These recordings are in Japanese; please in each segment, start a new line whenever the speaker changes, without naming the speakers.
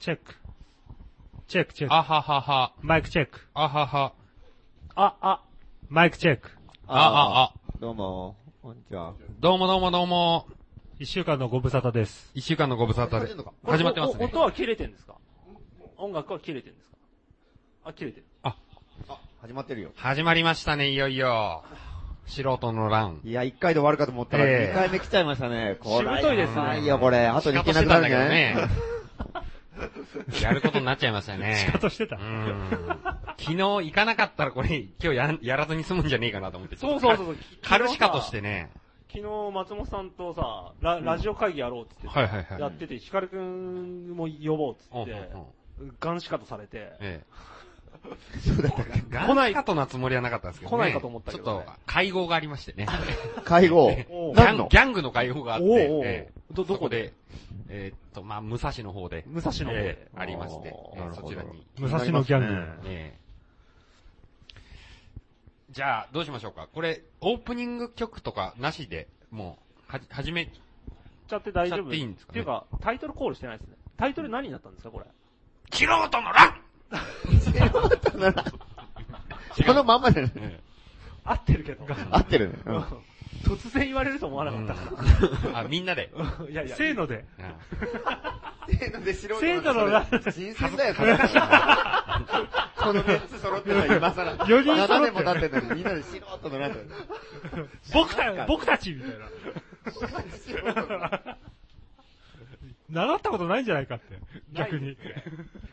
チェック。チェック、チェック。
あははは。
マイクチェック。
あはは。
あ、あ。マイクチェック。
あああ。
どうも、こんにちは。
どうもどうもどうも。
一週間のご無沙汰です。
一週間のご無沙汰で。始まってます
おお
ね
音。は切れてんですか音楽は切れてんですかあ、切れてる。
あ、始まってるよ。
始まりましたね、いよいよ。素人の乱。
いや、1回で終わるかと思ったら、
え
2
え
回目来ちゃいましたね。これ
しぶといですね
やばいよ、これ。あとに行けなくなるんじゃない
仕方してたんだけどねやることになっちゃいましたね。
仕方してた
う。ん昨日行かなかったらこれ、今日やんやらずに済むんじゃねえかなと思って。。
そうそうそうう。
カルシカとして。ね。
昨日松本さんとさ、ララジオ会議やろうっつってさ、
はいはいはい
やってて、ヒカルくんも呼ぼうっつ
うん
っ
うんうん
て、ガンシカとされて、
ええ
そうだったっけ
ガンシカとなつもりはなかったんですけどね。
来ないかと思ったけどね
ちょっと、会合がありましてね。
会合
お。う
ギャ
何
ン
の
ギャングの会合があって、
おうおう
ええ
どどこ
そでえーっと、まあ、武蔵の方で、
武蔵の方で
ええありまして、ええ
なるほど
そちらに。
武蔵野ギャング。
ええじゃあ、どうしましょうか。これ、オープニング曲とかなしで、もう、はじ、はじめ、
ちゃって大丈
しちゃっ
夫
ていいんですかね
っていうか、タイトルコールしてないですね。タイトル何になったんですかこれ。
素人の乱
そのまんまじゃない
え
合ってるけど。
合ってるね。う
うんん突然言われると思わなかったから。
えあ、みんなで。
いやいや。
せーので。
うん
せーので素人
せーののな
新鮮だよ、それこのメンツ揃ってるのに今更。
四人揃って
7年も経ってんのに、みんなで素人のなんて。
僕た、僕たちみたいな。習ったことないんじゃないかって。逆に。
基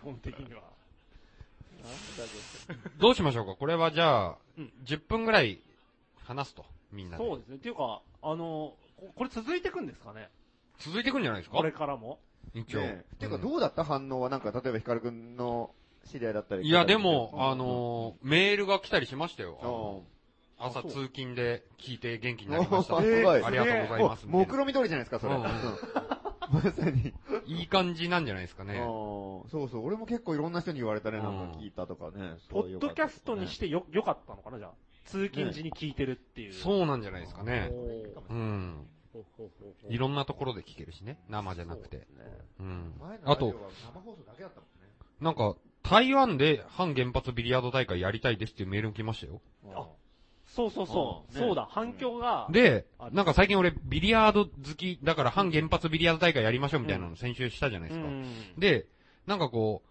本的には。
どうしましょうかこれはじゃあ、
うん
10分ぐらい話すと、みんなで。
そうですね。っていうか、あの、ここれ続いてくんですかね
続いていくんじゃないですか
これからも。
一応。
ねえていうか、
うん
どうだった反応は、なんか、例えば、ヒカルくんの知り合いだったり。
いや、でも、あ
うん、
のー、メールが来たりしました
うん
よ。朝
あそう
通勤で聞いて元気になり ました。
お
あ
ー
り
す
が
ご
とう
い
ございます。
もう目論見通りじゃないですか、それ。
う
うんんまさに。
いい感じなんじゃないですか
うん
ね。
そうそう、俺も結構いろんな人に言われたね、なんか聞いたとかね。。
ポッドキャストにしててよ、良かったのかなじゃあ。通勤時に聞いてるっていう。
そうなんじゃないですかね。
お
うん。
ー
いろんなところで聞けるしね。生じゃなくて。
ね
うん
前。のラ
あ
ジオは
と、
生放送だけだったもんね。
なんか、台湾で反原発ビリヤード大会やりたいですっていうメールも来ましたよ。
あそうそうそう。
うん
そうだ
ね、
反響が。
で
あ、
なんか最近俺ビリヤード好きだから反原発ビリヤード大会やりましょうみたいなの先週したじゃないで
う
すか。
ん。
で、なんかこ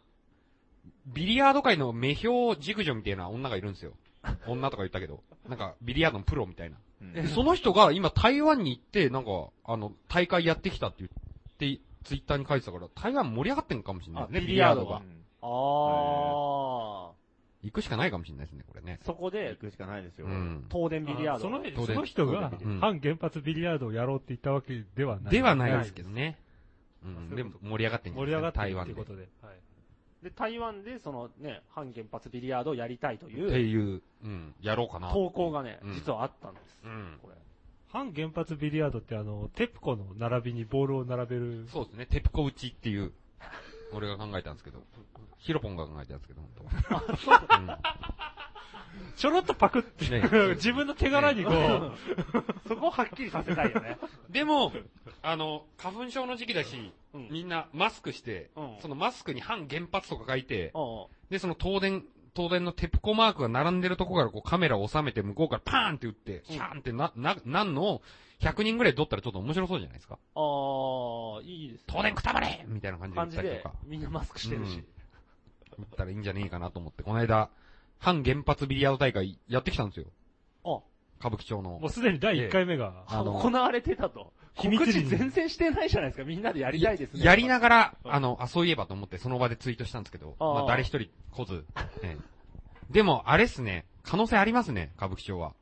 う、ビリヤード界の目標熟女みたいな女がいるんですよ。女とか言ったけど。なんか、ビリヤードのプロみたいな。でその人が今台湾に行って、なんか、あの、大会やってきたって言って、ツイッターに書いてたから、台湾盛り上がってんかもしれないですね、
あ
ビリヤード
ビリヤ
が
ー。あー。
行くしかないかもしれないですね、これね。
そこで
行、くしかないですよ
う。ん。
東電ビリヤード。
その、
当然
その人が
うん
反原発ビリヤードをやろうって言ったわけではない。
ではないですけどね。うん。
そう
で
いうこ
も
と
盛り上がってんじ
盛
ゃない
り上が
で
ってるって
すか、台湾
いう
で。
こ
っ
とで。はい
で、台湾で、そのね、反原発ビリヤードをやりたいとい
て
う
いう、うん、やろうかな。
投稿がね
うん、
実はあったんです
う。ん。
これ。
反原発ビリヤードってあの、テプコの並びにボールを並べる。
そうですね、テプコ打ちっていう、俺が考えたんですけど、ヒロポンが考えたんですけど、本当うん
ちょろっとパクって、
ね
自分の手柄にこう、
そこをはっきりさせたいよね。
でも、あの、花粉症の時期だし、
うん
みんなマスクして、
うん
そのマスクに反原発とか書いて、
うん
で、その東電、東電のテプコマークが並んでるとこからこうカメラを収めて向こうからパーンって打って、シャーンってな、な、なんのを100人ぐらい撮ったらちょっと面白そうじゃないですか。
ああ、いいですね。
東電くたばれみたいな感じで打
感
っ
じ
たりと
で
か、、
みんなマスクしてるし。
打ったらいいんじゃねえかなと思って、この間、反原発ビリヤード大会やってきたんですよ。
あ、
歌舞伎町の
もう。すでに第1回目が、
あの
行われてたと。
秘密
告
裏に
知全然してないじゃないですか。みんなでやりたいですね。
やりな
が
がら、あの、あ、そういえばと思ってその場でツイートしたんですけど、
あー
まあ誰一人来ず。ええでも、あれっすね、可能性ありますね、歌舞伎町は。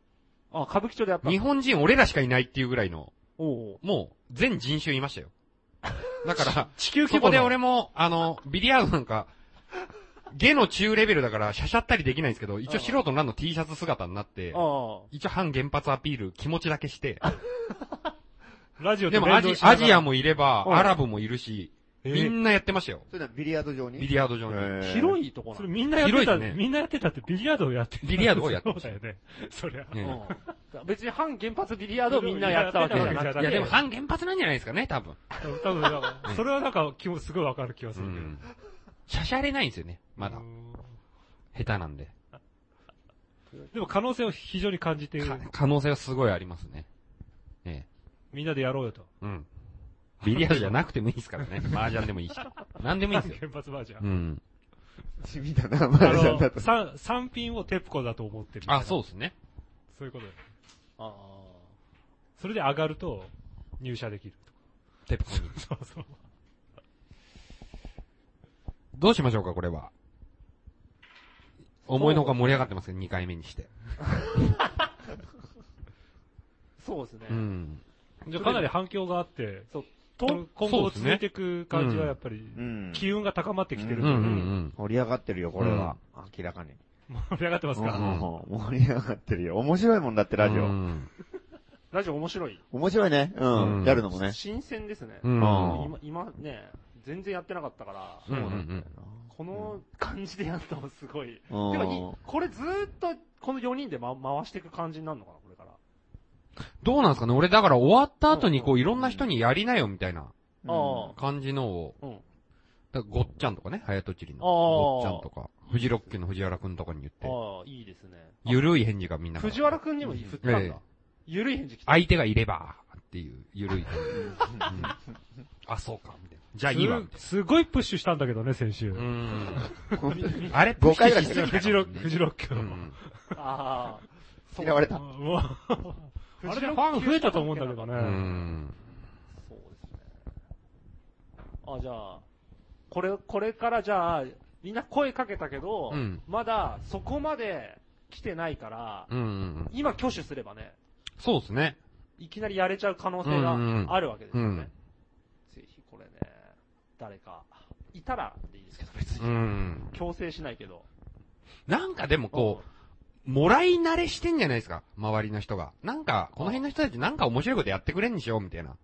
ら。あ、歌舞伎町でやったの。
日本人俺らしかいないっていうぐらいの、
おう
もう、全人種いましたよ。だ から、
地球規
そ
模
こで
の
俺も、あの、ビリヤードなんか、下の中レベルだから、シャシャったりできないんですけど、一応素人なんの T シャツ姿になって、
おう。
一応反原発アピール、気持ちだけして、
ラジオ
で
と
もア
連
ジ
動しなが
ア
ら
ジアもいれば、
うん
アラブもいるし、
え
みんなやってましたよ。
それではビリヤード場に
ビリヤード場に。
ああ
へー
広いとこ
そ
な
れ
の。
みんなやってた、
広いですね
みんなやってたってビリヤードをやってた。
ビリヤードをやって
そうだよね。そりゃ。
ね
うんだから 別に反原発ビリヤードをみんなやったわけじゃなく
だ
い
け
や
て。
でも反原発なんじゃないですかね、多分。
多分、それはなんか、気もすごいわかる気がす
う
るけど。
ん。しゃしゃれないんですよね、まだ
う。ん
下手なんで。
でも可能性を非常に感じて、
か可能性はすごいありますね。え
みんなでやろうよと。
え。うん。ビリヤードじゃなくてもいいですからね。麻雀でもいいし。何でもいいですよ。
原発バージョン。
うん。
地味だな、マージャンだ
あ
と
の、。三、三品をテプコだと思ってる。
あ、そう
う。
ですね。
そういうことです
ああ。
それで上がると、入社できる。
テプコに。
そうそう。
どうしましょうか、これは。思いのほか盛り上がってますけど、2回目にして。
そうですね。
うん。
じゃあかなり反響があって、
そう
と今
そう
後
です
続
ね
いていく感じはやっぱり、
うん。
機運が高まってきてる
うんん
で
うんうん。
盛り上がってるよ、これは。明らかに。
盛り上がってます
う
か
ん
うん盛り上がってるよ。面白いもんだって、ラジ
う
オ。
ん。
ラジオ面白い。
面白いね。う。
うんん
やるのもね。
新鮮ですね。
うん
今、今ね、全然やってなかったから、
うんうんう
そうなんだよ
ん。
この感じでやったのすごい。
う
てか
ん
いこれずーっと、この4人で、ま、回していく感じになるのかな、これから。
どうなんですかね俺、だから終わった後にこう、いろんな人にやりなよ、みたいな
あ
感じのを、
うん。
だからごっちゃんとかね、早とちりの。
あー
ごっちゃんとか、フジロックの藤原くんとかに言って、
ああ、いいですね。
ゆるい返事がみんなから
藤原くんにも振った
え
ん
え
だ。ゆるい返事来た。
相手がいれば、っていう、ゆるい返事。うんあ、そうか、みたいな。じゃあいいわ、みたい
すすごいプッシュしたんだけどね、先週
な。。 うん。あれ、
5回ぐらい
プッシュしすぎたかもね
フジロック、フジロック
う
の。
ん。
ああ。そう
嫌われた。
もう、あれでファン増えたと思うんだけどね。
うん。
そうですね。あ、じゃあ、これ、これからじゃあ、みんな声かけたけど、
うん
まだそこまで来てないから、
うんうんうん。
今挙手すればね、
そうですね。
いきなりやれちゃう可能性があるわけですよね。
うん
ぜひこれね、誰か、いたらでいいですけど、別に。
うん。
強制しないけど。
なんかでもこう、もらい慣れしてんじゃないですか、周りの人が。なんか、この辺の人たちなんか面白いことやってくれんでしょ、みたいな。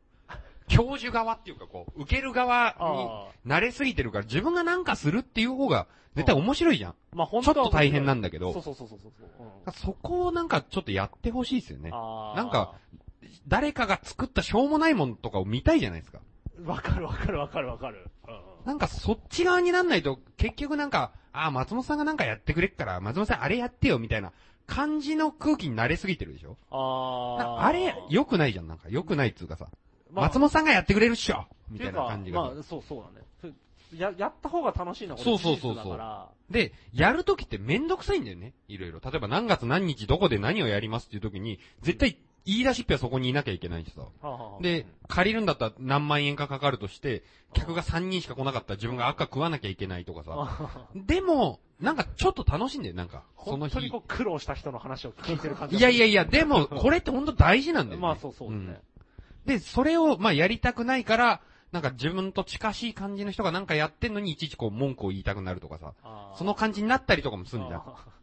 教授側っていうかこう、受ける側
あ
に慣れすぎてるから、自分がなんかするっていう方が、絶対面白いじゃん。
まあ本
ちょ
当
っと大変なん
だ
だけ
そう
ど、
そうそうそうそう。うん
そこをなんかちょっとやってほしいですよね。
あー
なんか、誰かが作ったしょうもないものとかを見たいじゃないですか。
わかるわかるわかるわかる。うんうん
なんかそっち側になんないと、結局なんか、ああ、松本さんがなんかやってくれっから、松本さんあれやってよ、みたいな感じの空気に慣れすぎてるでしょ
あ
なん
あ。
かあれ、良くないじゃん、なんか。良くないっつうかさ、
まあ
松本さんがやってくれるっしょ
っ
み
てい
た
う
い
か
な感じがさ、
まあ、そうそうだね。ふや、やった方が楽しいのはこれ
そうそうそうそう
事実だから、
で、やるときってめんどくさいんだよね。いろいろ。例えば何月何日どこで何をやりますっていうときに、絶対言い出しっぺはそこにいなきゃいけないしさ。
はあはあはあ
で、借りるんだったら何万円かかかるとして、客が3人しか来なかったら自分が赤食わなきゃいけないとかさ。でも、なんかちょっと楽しいんだよ、なんか。その
本当に
日
こ。う苦労した人の話を聞いてる感じ
い
が
やいやいや、でも、これって本当大事なんだよね。
まあそうそうだ
ん
ね。
で、それを、まあ、やりたくないから、なんか自分と近しい感じの人がなんかやってんのに、いちいちこう文句を言いたくなるとかさ、
あー
その感じになったりとかもするんだ。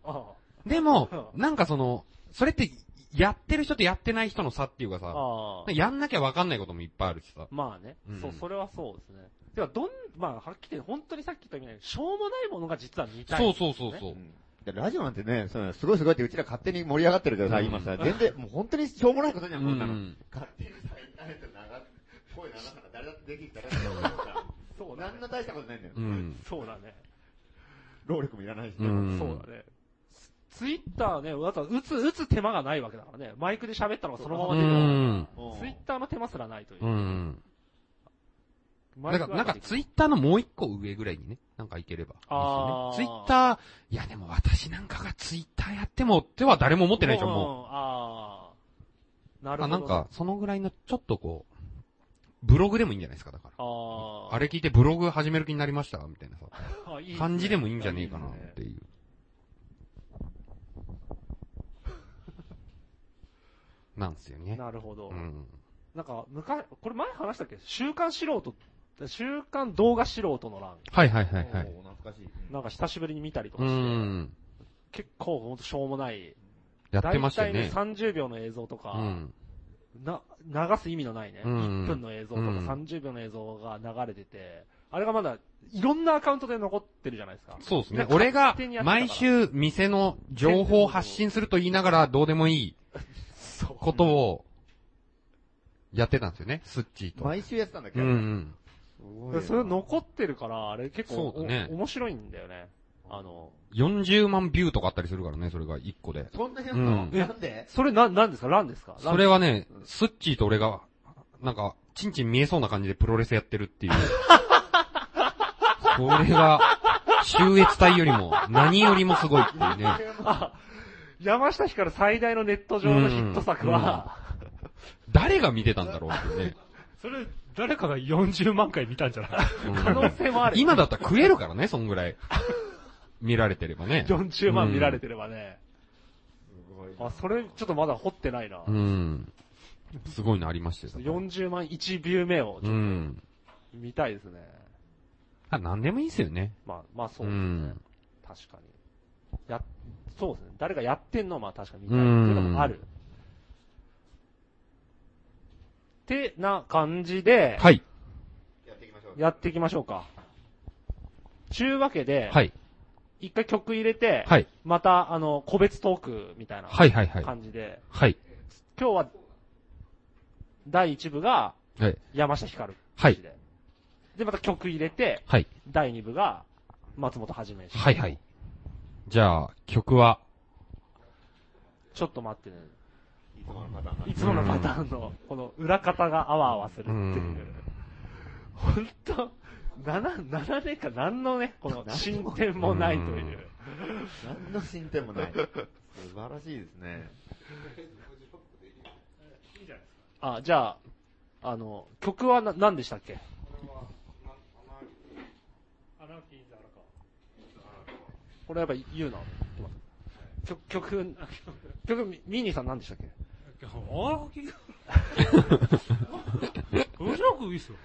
あーあ
で も、なんかその、それって、やってる人とやってない人の差っていうか
ー
さ、
あー。
やんなきゃわかんないこともいっぱいあるしさ。
まあね、
うん
そう、それはそうですね。では、どん、まあ、はっきり言って本当にさっき言ったみたいに、しょうもないものが実は見たい、
そうそうそうそう
う。んでラジオなんてね、そうすごいすごいってうちら勝手に盛り上がってるけどさ、
うん
今さ、全然、もう本当にしょうもないことじゃん、こんなの
う。ん
勝手にさ、インターネットで流声流さな誰だってできる誰だってできるから。
そうだね
何の大したことないんだよ。
うん。
そうだね。
労力もいらないしね。
うん
そうだね。ツツイッターね、だと打つ、打つ手間がないわけだからね。マイクで喋ったのがそのまま
う
出る。
ん。
うん
ツイッターの手間すらないという。
うん。
マ
な
イ
ん
ク
か、
が
なんかツイッターのもう一個上ぐらいにね、なんかいければいい
あー
ですよね。ツイッター、いやでも私なんかがツイッターやってもっては誰も思ってないじゃん、もう。
んああ。なる
あ、
ほ
な
ど。
んか、、そのぐらいの、ちょっとこう、ブログでもいいんじゃないですか、だから。
ああ。
あれ聞いてブログ始める気になりましたみたいなさ。
あいいすね
感じでもいいんじゃねえかな、っていう。 なんですよね。
なるほど
う。ん。
なんか、昔、これ前話したっけ週刊素人、週刊動画素人の欄。
はいはいはいはい。
おー懐かしい。
なんか久しぶりに見たりと
う
かして、
ん。
結構ほんとしょうもない。
やってましたよ
大
ね。
体ね、30秒の映像とか、
うん。
な、流す意味のないね。
うん
1分の映像とか
うん
30秒の映像が流れてて、あれがまだ、いろんなアカウントで残ってるじゃないですか。
そうです
な
ね
ん。か
俺が
勝手にや、ってたから
毎週、店の情報を発信すると言いながら、どうでもいい
そう
ことを、やってたんですよね、スッチーと。
毎週やってたんだっけ
うんうん。
ごいな
それ残ってるから、あれ結構
そうだね
お面白いんだよね。あの、
40万ビューとかあったりするからね、それが1個で。
そんなにあんの
うん
なんで
それな、なんですかランですか
それはね、スッチーと俺が、なんか、チンチン見えそうな感じでプロレスやってるっていう。それが、収益体よりも、何よりもすごいっていうね。
山下光最大のネット上のヒット作は、
誰が見てたんだろうっていうね。
それ、誰かが40万回見たんじゃない
うん
可能性もある。
今だったら食えるからね、そんぐらい。見られてればね。
40万見られてればね。
すごいな
あ、それちょっとまだ掘ってないな。
うん。すごいのありましたよ。
40万1ビュー目をち
う
ょっ
ん。
と見たいですね。
あ、なんでもいいですよね。
まあ、まあそううですね。
ん。
確かに。や、そうですね。誰がやってんのはまあ確かに見たいっていうのもある。ってな感じで、
はい。
やっていきましょう。
やっていきましょうか。ちゅうわけで、
はい。
一回曲入れて、
はい。
また、あの、個別トークみたいな
はいはいはい。
感じで、
はい。
今日は、第1部が
はい。
山下光る。
はい
で。で、また曲入れて、
はい。
第2部が松本はじめ。
はいはい。じゃあ、曲は、
ちょっと待ってね。
いつものパターンだ
いつものパターンの、この裏方があわあわするって
う
い
ん。
う。ほんと、7、7年間何のね、この進展もないといううん
何の進展も ない。素晴らしいですね。
あ、じゃあ、あの、曲はな、何でしたっけこれやっぱ言うな。曲、曲、曲、ミミーニーさん何でしたっけ
あ面白くいいっすよ。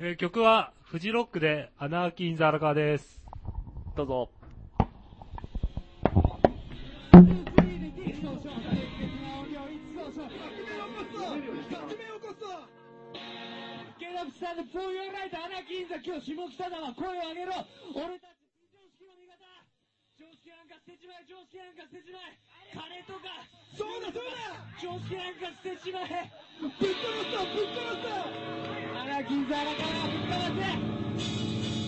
えー曲は、フジロックで、アナーキー・イン・ザ・アラカーです。
どうぞ。
ゲラプさんのプーヨライト、アナキンザ、今日下北沢、声を上げろ俺たち、非常識の味方常識なんか捨てちまえ、常識なんか捨てちまえ金とかそうだそうだ常識なんか捨てちまえぶっ殺すぞ、ぶっ殺すぞアナキンザ、アナからぶっ殺せ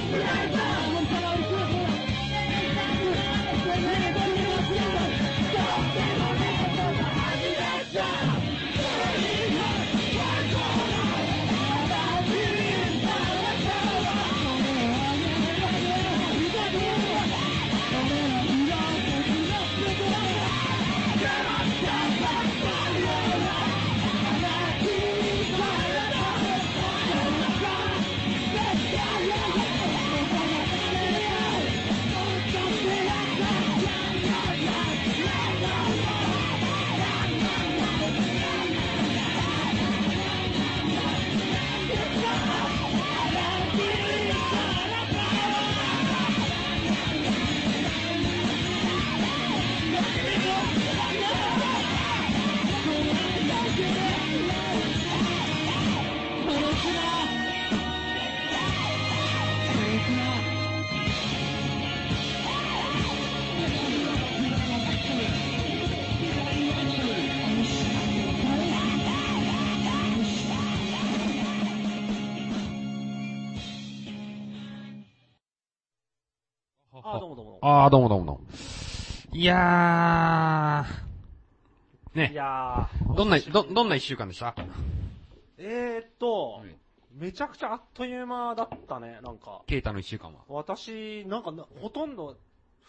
あ、どうもどうもどうも。
あー、どうもどうもどうも。いや
いや
ー、どんな、ど、どんな一週間でした
ー、えーっと、めちゃくちゃあっという間だったね、なんか。
ケイタの一週間は。
私、なんかな、ほとんど、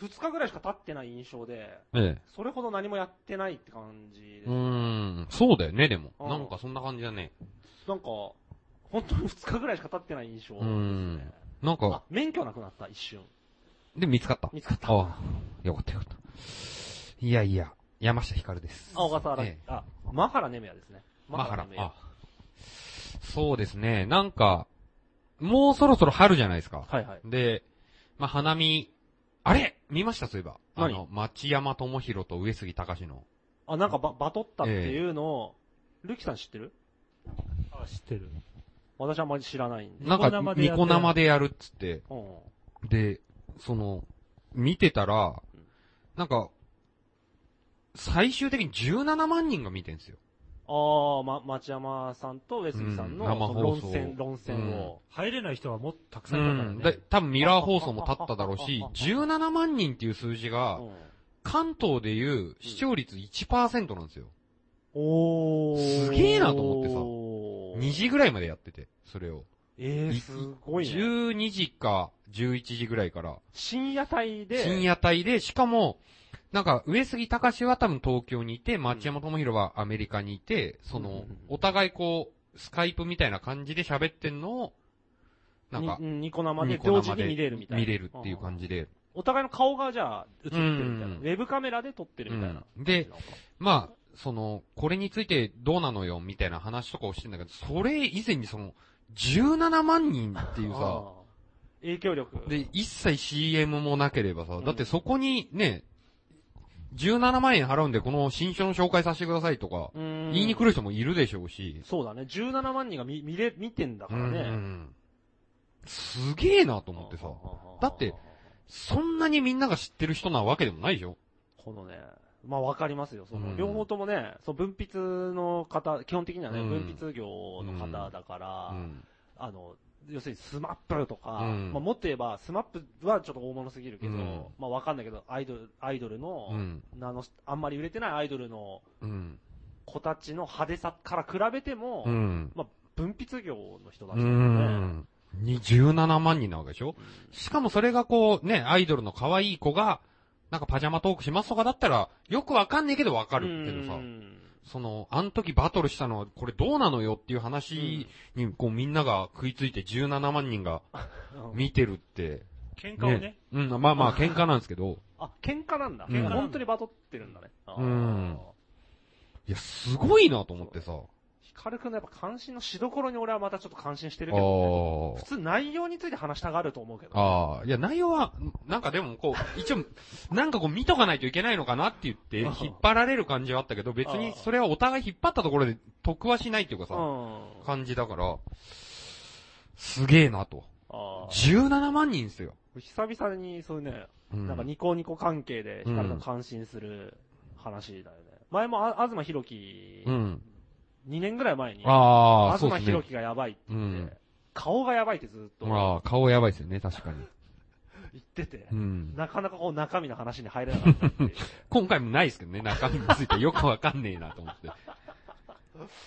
2日ぐらいしか経ってない印象で、
え
それほど何もやってないって感じで
うーん、そうだよね、でも。
うん
なんかそんな感じだね。
なんか、本当に2日ぐらいしか経ってない印象です
う
ね
ん。なんか
あ、、免許なくなった、一瞬。
で、見つかった。
見つかった。
ああ、よかったよかった。いやいや、山下ひかるです。
あ、小笠原、
ええ
あ、マハラネメアですね。
マハラ
ネ、メ
あ
ア。。
そうですね、なんか、もうそろそろ春じゃないですか。
はいはい。
で、まあ、花見、あれ見ましたそういえば。あ
何
の、町山智博と上杉隆の。
あ、なんかババトったっていうのを、ルキさん知ってる
あ、知ってる。
私あんまり知らないんで。
なんか
ニコ生、で
ニ
やって
コ生でやるっつって。
うん。
で、その、見てたら、なんか、最終的に17万人が見てんですよ。
ああ、ま、町山さんと上杉さんの、
うん生
その論
放送
戦、論戦を。
入れない人はもっとたく
う
さんいたから
ん。
ね。
で、多分ミラー放送も立っただろうし、17万人っていう数字が、
うん
関東でいう視聴率1%なんですよ。
おー。
すげえなと思ってさ
て
2時ぐらいまでやってて、それを。
えー、すごいね。
12時か11時ぐらいから、
深夜帯で、
深夜帯で、しかも、なんか、上杉隆は多分東京にいて、町山智博はアメリカにいて、そ
うんうんう
の
ん、
お互いこう、スカイプみたいな感じで喋ってんのを、なんか
に、ニコ生で
ニ
同
コ
時
生
に
で
見れるみたいな。
見れるっていう感じで。
お互いの顔がじゃあ映ってるみたいな。
うん
ウェブカメラで撮ってるみたいな。
うんで、まあ、その、これについてどうなのよ、みたいな話とかをしてんだけど、それ以前にその、17万人っていう
あ
さ、
ー影響力。
で、一切 CM もなければさ
ん、
だってそこにね、17万円払うんでこの新書の紹介させてくださいとか、
言
言いに来る人もいるでしょうし、
そうだね。17万人が見、見れ、見てんだか
う
ら
んう
ね。
んすげえなと思ってさ、だって、そんなにみんなが知ってる人なわけでもないでしょ
このね、まあわかりますよ。そうの、
ん
両方ともね、そう、分泌の方、基本的にはね、
うん
分泌業の方だか
う
ら、
ん。
あの、要するにスマップとか、
うん
まあもっと言えば、スマップはちょっと大物すぎるけど、
うん
まあわかんないけど、アイドル、アイドルの、
うん。
あの、あんまり売れてないアイドルの
うん。
子たちの派手さから比べても、
うん。
分泌業の人たち
う
だよね。
ん。に17万人なわけでしょしかもそれがこう、ね、アイドルの可愛い子が、なんかパジャマトークしますとかだったら、よくわかんねえけどわかるけどさ、
うん
その、あの時バトルしたのは、これどうなのよっていう話に、こうみんなが食いついて17万人が
うん
見てるって、
喧嘩をね、
うん、まあまあ喧嘩なんですけど、
あ、喧嘩なんだ。
うん
本当にバトってるんだね。あー
うんいや、すごいなと思ってさ、
光くんのやっぱ関心のしどころに俺はまたちょっと関心してる
あ
けど、
ー
普通内容について話したがると思うけど。
ああ、いや内容は、なんかでもこう、一応、なんかこう見とかないといけないのかなって言って、
あー
引っ張られる感じはあったけど、別にそれはお互い引っ張ったところで得はしないっていうか
う
さ、
ん。
感じだから、すげえなと。
あー
17万人ですよ。
久々にそういうね、
うん
なんかニコニコ関係で光くん関心する話だよね。前もあ、東博樹、
うん。
2年ぐらい前に、
ああ、そうで
東
すね
博。樹がやばいって言って、
うん
顔がやばいってずっと
ああ、顔やばいですよね、確 かに。
言ってて
う、ん。
なかなかこう中身の話に入れなかったっ ていう。
今回もないですけどね、中身についてよくわかんねえなと思って。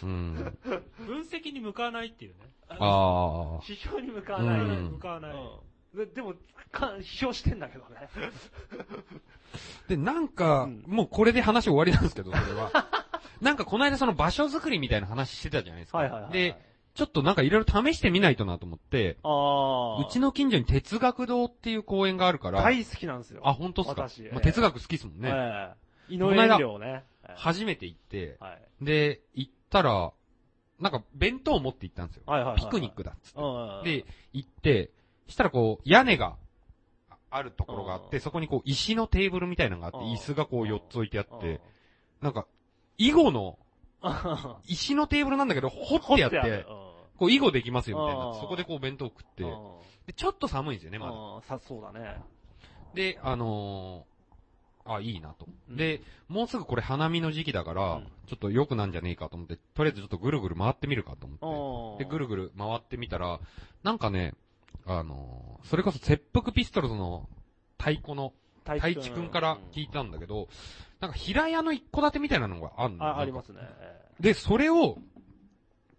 うん。
分析に向かわないっていうね。
ああ。
批評に向かわない。
う
向
ん
かわない。
うんででもか、批評してんだけどね。
で、なんか、
うん
もうこれで話終わりなんですけど、それ は。なんかこの間その場所作りみたいな話してたじゃないですか。
はいはいはい。
で、、ちょっとなんかいろいろ試してみないとなと思って、
ああ。
うちの近所に哲学堂っていう公園があるから、
大好きなんですよ。
あ、本当っすか
私。
まあ、哲学好きっすもんね。
ね。井上遠慮をね。
初めて行って、
はい。
で、行ったら、なんか弁当を持って行ったんですよ。
はいはいはいはい。
ピクニックだっつって。
うん。
で、行って、したらこう、屋根がああるところがあっ
う
て、
ん
そこにこう、石のテーブルみたいなのがあって、
うん
椅子がこう、4つ置いてあ
うん、
って、なんか、囲碁の、
掘
石のテーブルなんだけど、掘ってやっ
あ
て
る、
こう、囲碁できますよみたいな
う。ん
そこでこう、弁当食って
うんうん。
で、ちょっと寒いんですよね、まだ。
うんさ、そうだね。
で、あのー、あ、いいなと。
うん
で、もうすぐこれ花見の時期だか
う
ら
ん、
ちょっと良くなんじゃねえかと思って、とりあえずちょっとぐるぐる回ってみるかと思って。で、
うん。
ぐるぐる回ってみたら、なんかね、あのーそれこそ切腹ピストルズの太鼓の、
太
太一くんから聞いたんだけど、なんか平屋の一戸建てみたいなのがあるの。
あ、ありますすね。ええ
で、それを、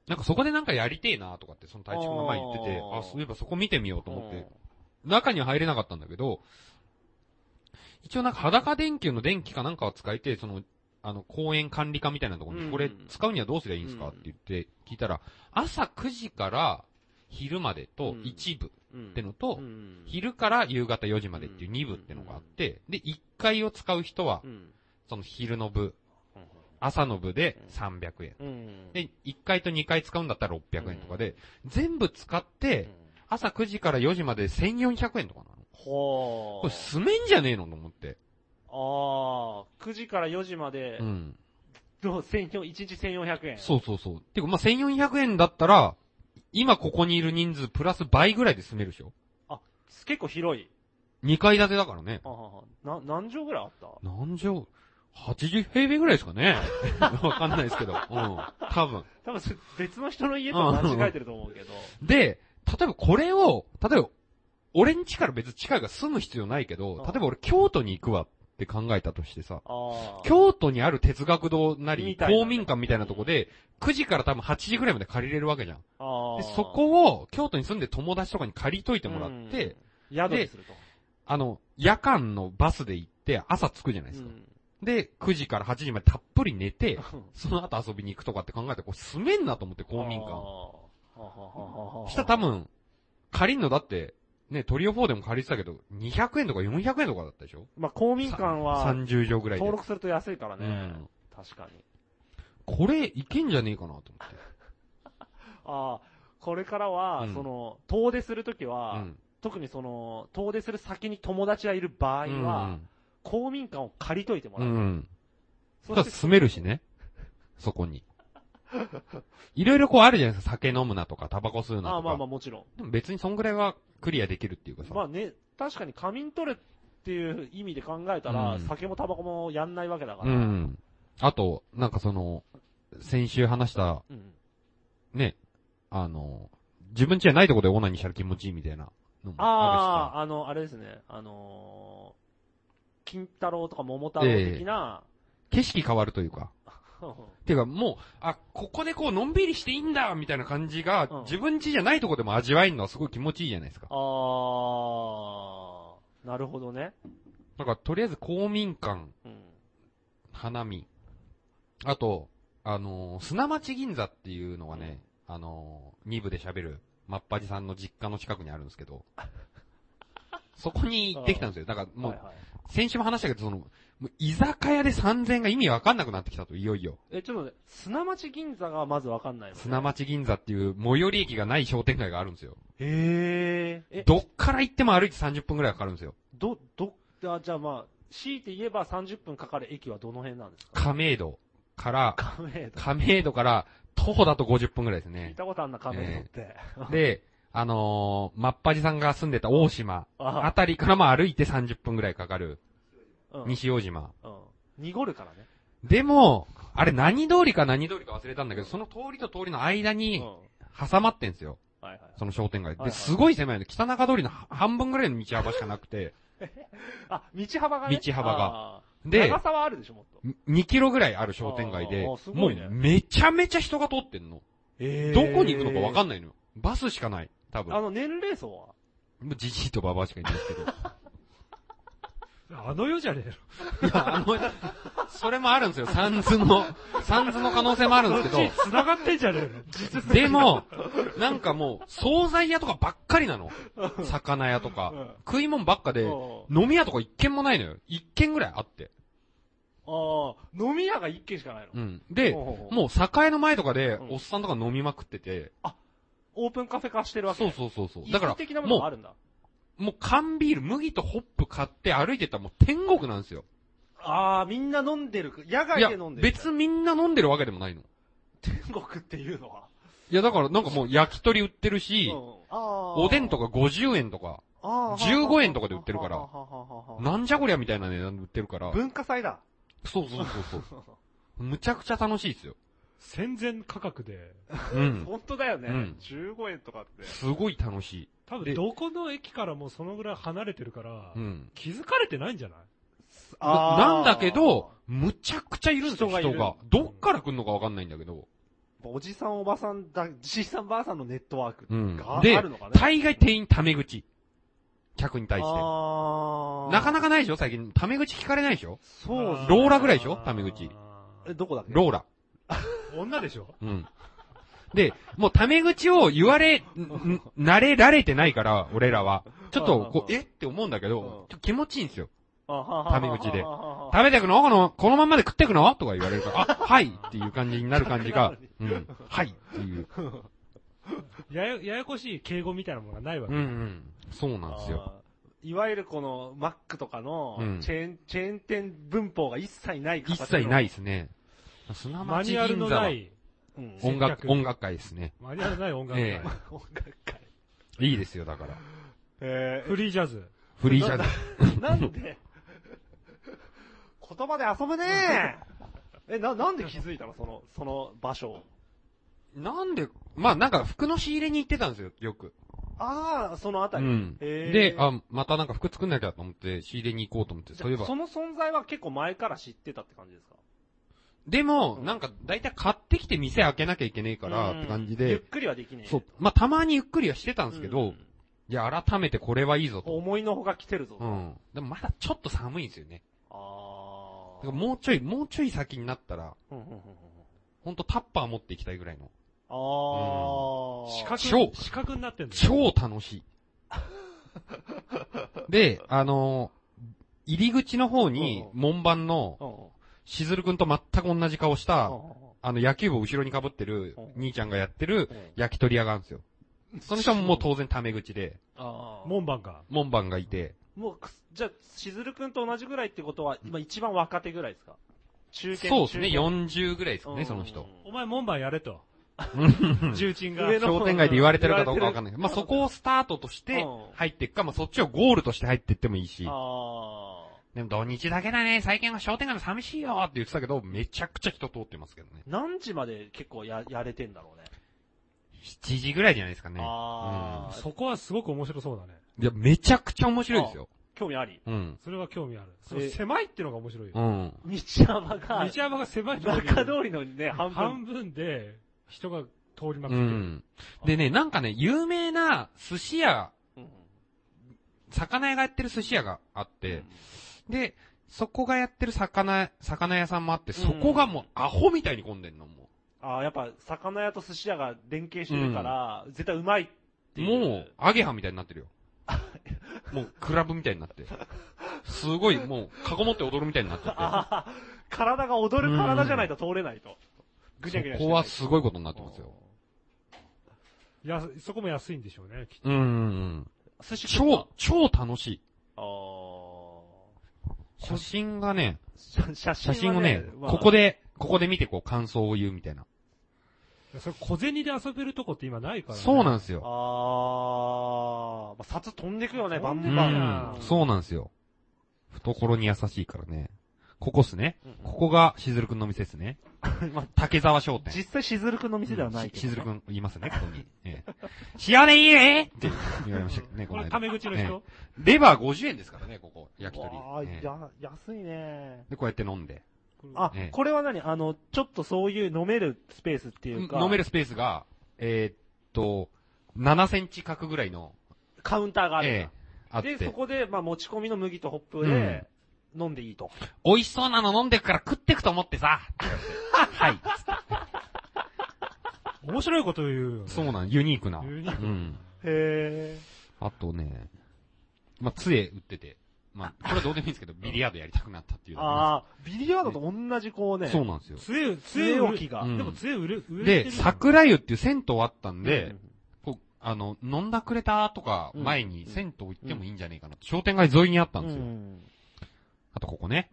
なんかそこでなんかやりてえなとかって、その太一くんが前言ってて、
あー
あ、そういえばそこ見てみようと思っ
うん
て、中には入れなかったんだけど、一応なんか裸電球の電気かなんかは使えて、その、あの、公園管理課みたいなところ
うん
に、これ使うにはどうすりゃいいんですか
うん
って言って聞いたら、朝9時から昼までと
うん
一部
うん
ってのと
う、ん
昼から夕方4時までっていう
うん
2部ってのがあって、で、1階を使う人は
う、ん
その昼の部、朝の部で300円。
うん
で、1階と2階使うんだったら600円とかで、全部使って、朝9時から4時まで1400円とかなの。
ほ
これすめんじゃねえのと思って。
ああ、9時から4時まで
う、ん。
どう、千四一日1400円。
そうそうそう。てか、まあ、1400円だったら、今ここにいる人数プラス倍ぐらいで住めるでしょ
結構広い。
?2 階建てだからね
あ。あな、何畳ぐらいあった
何畳 ?80 平米ぐらいですかね わかんないですけど。うん。多分。
多分それ別の人の家と間違えてると思うけど。
で、例えばこれを、例えば、俺ん家から別に近いから住む必要ないけど
あ、
例えば俺京都に行くわって考えたとしてさ、
ああ。
京都にある哲学堂な
み
り、
たいな
公民館みたいなとこで、9時から多分8時ぐらいまで借りれるわけじゃん。
あ
で
あ。
そこを京都に住んで友達とかに借りといてもらって、
うん、宿にすると。
あの、夜間のバスで行って朝着くじゃないですか。で、9時から8時までたっぷり寝て、その後遊びに行くとかって考えて、これ住めんなと思って公民
あー
館。
ははははは
したら多分、借りんのだって、ね、トリオ4でも借りてたけど、200円とか400円とかだったでしょ
まあ、公民館は、
30畳ぐらいで。
登録すると安いから
う
ね。
ん。
確かに。
これ、いけんじゃねえかなと思って。
ああ、これからは、
うん
その、遠出するとき
う
は、
ん。
特にその、遠出する先に友達がいる場合は、公民館を借りといても
う
ら
ん。う
う。
ん。
そ
そしたら住めるしね。そこに。いろいろこうあるじゃないですか。酒飲むなとか、タバコ吸うなとか。
ああ、まあまあもちろん。
でも別にそんぐらいはクリアできるっていうかさ。
まあね、確かに仮眠取れっていう意味で考えたら、
うん
酒もタバコもやんないわけだか
う
ら。
ん。あと、なんかその、先週話した、
うん
ね、あの、自分家じゃないとこでオナニーしたら気持ちいいみたいなのも
あ
あ
あ、あの、あれですね、あのー金太郎とか桃太郎的な、
るしさ景色変わるというか。 ていうかもう、あ、ここでこうのんびりしていいんだみたいな感じが、
うん
自分家じゃないとこでも味わえるのはすごい気持ちいいじゃないですか。
ああ、なるほどね。
だからとりあえず公民館、
うん。
花見。あと、あのー砂町銀座っていうのがね、あのー、2部で喋る、マッパジさんの実家の近くにあるんですけ ど、そこに行ってきたんですよ。だからも、
はいうはい、
先週も話したけど、その、もう居酒屋で3000が意味わかんなくなってきたと、いよいよ。
え、ちょっとね、砂町銀座がまずわかんないの、ね。
砂。町銀座っていう最寄り駅がない商店街があるんですよ。
へえ。え、
どっから行っても歩いて30分くらいかかるんですよ。
ど、ど、あじゃあまあ、強いて言えば30分かかる駅はどの辺なんですか
亀戸から、
亀戸。
亀戸から徒歩だと50分くらいです
聞い
ね。
たことあんな亀戸って。
で、あのー、マッパジさんが住んでた大島。あ
あ、
たりからまあ歩いて30分ぐらいかかる。
うん、
西大島。
うん。濁るからね。
でも、あれ何通りか何通りか忘れたんだけど、その通りと通りの間
うん。
に
は
挟まってんすよ。
いはい。
その商店街。
はいは
で、
い
すごい狭いの。北中通りの半分ぐらいの道幅しかなく て。
あ、道幅がね。
道幅が
が。
で
長、さはあるでしょ、もっと。
2キロぐらいある商店街で、
あーあー
も
す
う
ごいね
めちゃめちゃ人が通ってんの。
え
どこに行くのかわか
ん
んないのよ。バスしかない。多
あ
分。
の、年齢層は
じじいとばばあしかいないですけど。
あの世じゃねえの
いや、あの、それもあるんですよ。サンズの、サンズの可能性もあるんですけど。
繋がってんじゃねえの
でも、なんかもう、惣菜屋とかばっかりなの。魚屋とか
うん。
食い物ばっかで、
うん
飲み屋とか一軒もないのよ。一軒ぐらいあって。
ああ、飲み屋が一軒しかないの。
うん。で、
ほうほうほう
もう酒屋の前とかで
う、ん
おっさんとか飲みまくってて。
オープンカフェ化してるわ
そ
け。
うそうそうそう。だ
だ
か
か、
ら
的な
ら、
ものがあ
も
るんだ。
う、もう缶ビール、麦とホップ買って歩いてったらもう天国なんですよ。
ああ、みんな飲んでる。野外
いや
で飲ん、でる。
別にみんな飲んでるわけでもないの。
天国っていうのは。
いや、だからなんかもう焼き鳥売ってる
う
し
ん、ああ。
おでんとか50円とか、
ああ、
15円とかで売ってるから
ははははは
なんじゃこりゃみたいな値段で売ってるから。
文化祭だ。
そうそうそうそう。むちゃくちゃ楽しいですよ。
戦前価格で、
うん。
本当だよね
うん。
15円とかって。
すごい楽しい。
多分
で
どこの駅からもそのぐらい離れてるから、
うん。
気づかれてないんじゃない
ななんだけど、、むちゃくちゃいるんですよ、
人がいる
人が。どっから来んのかわかんないんだけど。
おじさんおばさんだ、じいさんばあさんのネットワーク
うん
があ
で
るのかね。
大概店員タメ口。客に対して。
あー
なかなかないでしょ、最近。タメ口聞かれないでしょ
そう
あ
っすね
ローラぐらいでしょタメ口。
え、どこだっけ
ローラ。
女でしょ
うん。で、もうタメ口を言われ、んん慣れられてないから、俺らは。ちょっと、こう、
うん
えって思うんだけど、ちょっと気持ちいいんですよ。
タ
メ口で
は
食べてくのこの、このまんまで食ってくのとか言われるから、あ、はいっていう感じになる感じ が、うん、はいっていう。
やや、ややこしい敬語みたいなものがないわ
う
け。
んうん。そうなんですよ。
あーいわゆるこの、マックとかの
うん、
チェーン、チェーン店文法が一切ない。
一切ないいですね。砂
マ
町
ニュアル
銀
の
座
な、
はい
うん
音
接
楽、
客
音楽会ですね。
マニュアルのない音楽
え
会。
音楽会。
いいですよ、だから。
え
フリージャズ。
フリージャズ。
ー、なんで、 言葉で遊ぶねえ。え、な、なんで気づいたのその、その場所を。
なんで、まあなんか服の仕入れに行ってたんですよ、よく。
ああ、そのあた
う
り。
ん。
へー
で、あ、またなんか服作んなきゃと思って仕入れに行こうと思って、
じゃ
そういえば。
その存在は結構前から知ってたって感じですか
でも、
うん
なんか大体買ってきて店開けなきゃいけねえからって感じ
ゆ
で、
っくりはできねえ。
そう、まあたまにゆっくりはしてたん
うん
ですけど、いや、改めてこれはいいぞと。
思いのほか来てるぞ。
う
あ
ん。でもまだちょっと寒いんですよね。
あ
だからもうちょい、もうちょい先になったら、
うんうんうんうん
ほんとタッパー持っていきたいぐらいの。
あー
四
超
角に、四角になってんの
超楽しい。で、あのー入り口の方に、
うん
門番の、
うんうん
しずるくんと全く同じ顔した、
うん
あの、野球部を後ろに被ってる
う、ん
兄ちゃんがやってる
う、ん
焼き鳥屋があるんですよ。その人ももう当然タメ口で、
あー
門番が。
門番がいて、
もうくす、じゃあ、しずるくんと同じぐらいってことは、今一番若手ぐらいですか中堅
そうですね、
中堅
40ぐらいですかね、その人。
お前門番やれと。重鎮が。
上の
商店街で言われてるかどうかわかんないけど。まあ、そこをスタートとして
うん
入っていくか、まあ、そっちをゴールとして入っていってもいいし。
あ
でも土日だけだね、最近は商店街も寂しいよって言ってたけど、めちゃくちゃ人通ってますけどね。
ー何時まで結構や、やれてんだろうね。
7時ぐらいじゃないですかね。
あー
うん
そこはすごく面白そうだね。
いや、めちゃくちゃ面白いですよ。
興味あり。
うん。
それは興味ある。そ
え
の狭いってのが面白いよ。
うん。
道幅が、
道幅が狭いところに
中通りのね、半分。
半分で人が通りまくって
う
る。
ん。でね、なんかね、有名な寿司屋、魚屋がやってる寿司屋があって、で、そこがやってる魚、魚屋さんもあって、そこがもうアホみたいに混んでんの、も
ああ、やっぱ、魚屋と寿司屋が連携してるから、絶対うまいって
う。
いう。
もう、アゲハみたいになって るよ。もう、クラブみたいになって。すごい、もう、カゴ持って踊るみたいになってて。
あー 体が踊る体じゃないと通れないと。 ぐにゃぐにゃ
そこはすごいことになってますよ。
やそこも安いんでしょうね、きっと。
うんうんうん。
寿司食った
超、超楽しい。
あ
写真がね、
ー写
写
真
真
は
をね、ここ。で、ここで見てこう感想を言うみたいな。
それ小銭で遊べるとこって今ないからね。
そうなん
ん
ですよ。
あー、まあ、札飛んでくよね、バン
う
バ
ん
ン。、
そうなんですよ。懐に優しいからね。ここっすね。ここがしずるくんの店っすね。
まあ
竹沢商店。
実際しずるくんの店ではない
し
けど。
しずるくん、言いますね、ここに。ええ、塩でいいねって言われましたけどね、こ
こ
の
れ、タ
間。
メ口の人
レバー50円ですからね、ここ、焼き鳥。
ああ、
ええ
や、安いね。
で、こうやって飲んで。
あ
ええ、
これは何あの、ちょっとそういう飲めるスペースっていうか、
飲めるスペースが、えーっと、7センチ角ぐらいの、
カウンターがあるんだ。
ええ、あっ
で、そ
て、
こで、まあ、持ち込みの麦とホップで、飲んでいいと。
美味しそうなの飲んでくから食ってくと思ってさ、って言われてはい。
面白いこと言うよね。
そうなん、ユニークな。
ユニーク
うん。
へ
あとね、まあ、杖売ってて、まあ、これはどうでもいいんです けど、ビリヤードやりたくなったっていう
ー。
のがあ
ああ、ビリヤードと同じこう
り
ね、
ますそうなんですよ。
杖、
杖
杖
置
置
き
き
が
う。ん
でも杖売れ、売れてる
で、
よ
桜湯っていう銭湯あったん
う
で
ん、
こうあの、飲んだくれたとか
うん
前に銭湯行ってもいいんじゃねえかなと。商店街沿いにあったんですよ。
ん
あとここね。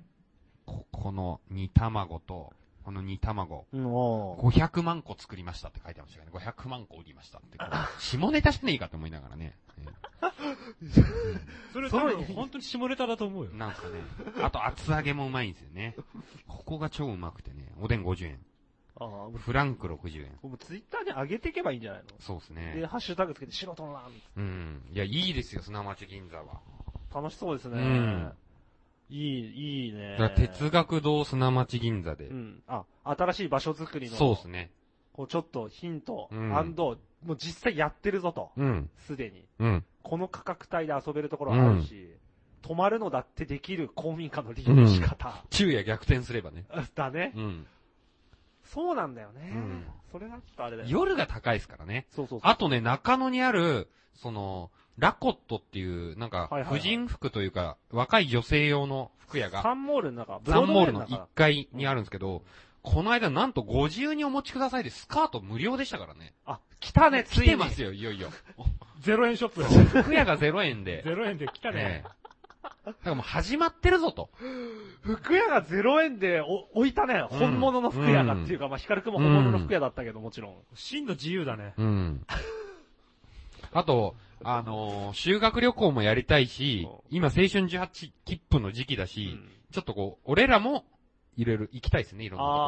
ここの煮卵と、この煮卵。
うんおー
500万個作りましたって書いてましたけどね。500万個売りましたって。こう下ネタしてねえかって思いながらね。え
それ多分本当に下ネタだと思うよ
え。なんすかね。あと厚揚げもうまいんですよね。ここが超うまくてね。おでん50円。
あああ、もう
フランク60円。
もうツイッターに上げていけばいいんじゃない
そうです
ので、
ね。
ハッシュタグつけて素人のラーメン
うん。いや、いいですよ、砂町銀座は。
楽しそうですね。
うん
いい、いいね
だから。哲学堂砂町銀座で
う。ん。あ、新しい場所づくりの。
そうですね。
こうちょっとヒント、
うん
アンド、もう実際やってるぞと。
うん。
すでに。
うん。
この価格帯で遊べるところあるし、泊まるのだってできる公民館の利用の仕方。
昼夜逆転すればね。
だね。
うん。
そうなんだよね。
うん
それがちょっとあれだよ。
夜が高いですからね。
そうそうそう。
あとね、中野にある、その、ラコットっていう、なんか
はいはい、は
婦
い
人服というか、若い女性用の服屋が、
サンモールの中、ブ
サン
ロードウ
モー
ェイ
ル
の
の
中
1。階にあるんですけど、この間なんとご自由にお持ちくださいでスカート無料でしたからね。
あ、来たね、つ
来
い
て
に。
ますよ、いよい よ。
0円ショップだ。
服屋が0円で。
0円で来た
え
ね。
えだからもう始まってるぞと。
服屋が0円でお置いたね、
うん
本物の服屋がっていうか、まあ、光くんも本物の服屋だったけど、もちろん。
真の自由だね。
うん。あと、あのー修学旅行もやりたいし、今青春18切符の時期だ
う
し、
ん
ちょっとこう、俺らも、いろいろ行きたいですね、いろんなところ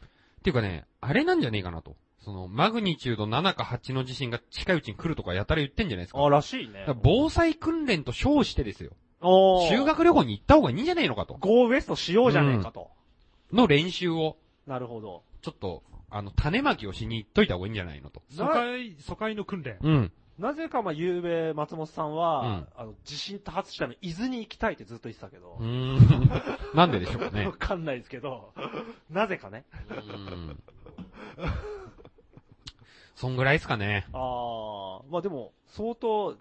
に。
あ
っていうかね、あれなんじゃねえかなと。その、マグニチュード7か8の地震が近いうちに来るとかやたら言ってんじゃないですか。
ー、あらしい
だ
ね
か。ら防災訓練と称してですよ。
おー
修学旅行に行った方がいいんじゃねえのかと。
ゴーウエストしようじゃねえかと。
の練習を、
なるほど。
ちょっと、あの、種まきをしに行っといた方がいいんじゃないのと。
疎開、疎開の訓練。
うん。
なぜか、まあ、ゆうべ、松本さんは、
うん
あの、地震多発したの、伊豆に行きたいってずっと言ってたけど
うー、ん。 なんででしょうかね
わ。かんないですけど、 なぜかね。
うん。そんぐらいですかね。
ああ、まあでも、相当、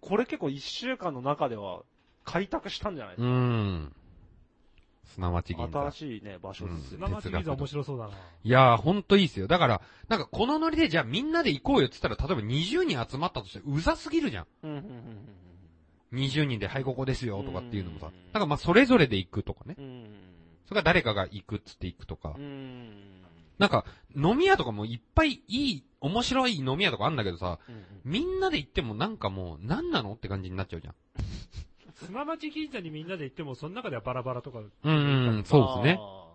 これ結構一週間の中では、開拓したんじゃないで
うん。砂町
すか
銀座
新。しいね、場所です
生地ビザ面白そうだな。
いやー、ほんといいっすよ。だから、なんかこのノリでじゃあみんなで行こうよって言ったら、例えば20人集まったとして、うざすぎるじゃん。
うんうんうん
20人で、はい、ここですよ、とかっていうのもさ。だ
うん
からまあ、それぞれで行くとかね。
うんうん
それから誰かが行くっつって行くとか
うんう。ん
なんか、飲み屋とかもいっぱいいい、面白い飲み屋とかあんだけどさ、
うんうん
みんなで行ってもなんかもう、何なのって感じになっちゃうじゃん。
砂町銀座にみんなで行っても、その中ではバラバラとか、
うん、うん、そうですね。
あ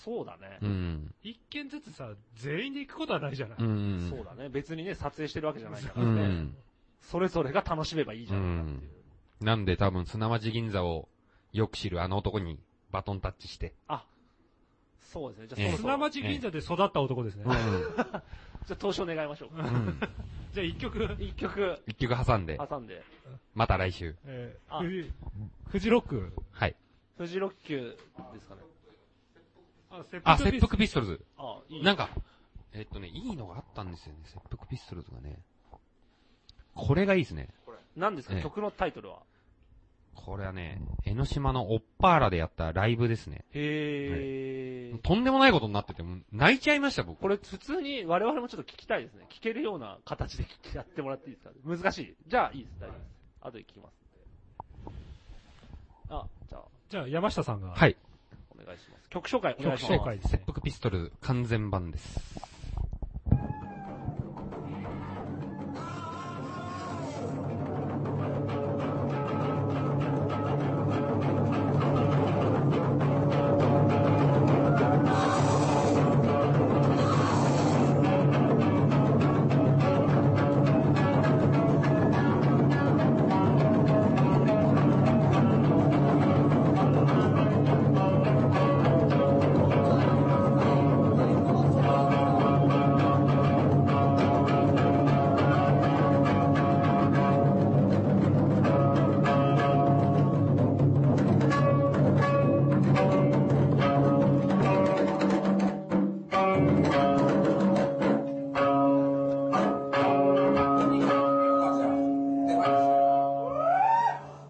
ーそうだね
う。ん。
一軒ずつさ、全員で行くことはないじゃない。
うんうん。
そうだね。別にね、撮影してるわけじゃないか
う
らね。
ん。
それぞれが楽しめばいいじゃないかっていう。
なんで多分、砂町銀座をよく知るあの男にバトンタッチして。
そうですね。じ
え
ゃ
え
あ、そろそ
砂
ろ
町銀座で育った男ですね。
じゃあ、投資を願いましょうか。
うん。
じゃあ一曲、
一曲
一曲挟んで、
挟んで。
また来週。
えー
あ
フジ、フジロック。
はい。
フジロッキュですかね。
あ、
あ、切腹ピストルズ。
あーいい。
なんか、えっとね、いいのがあったんですよね。切腹ピストルズがね。これがいいですね。
何です
え
か
え
曲のタイトルは。
これはね、江ノ島のオッパーラでやったライブですね。
へー。
とんでもないことになってて、もう泣いちゃいました、僕。
これ普通に我々もちょっと聞きたいですね。聞けるような形で聞きやってもらっていいですか難しい。じゃあいいです。大丈夫です。後で聞きますんで。あ、じゃあ、
じゃあ山下さんが、
はい。
お願いします。曲紹介お願
曲
いします。
紹介ですね
切。腹ピストルズ完全版です。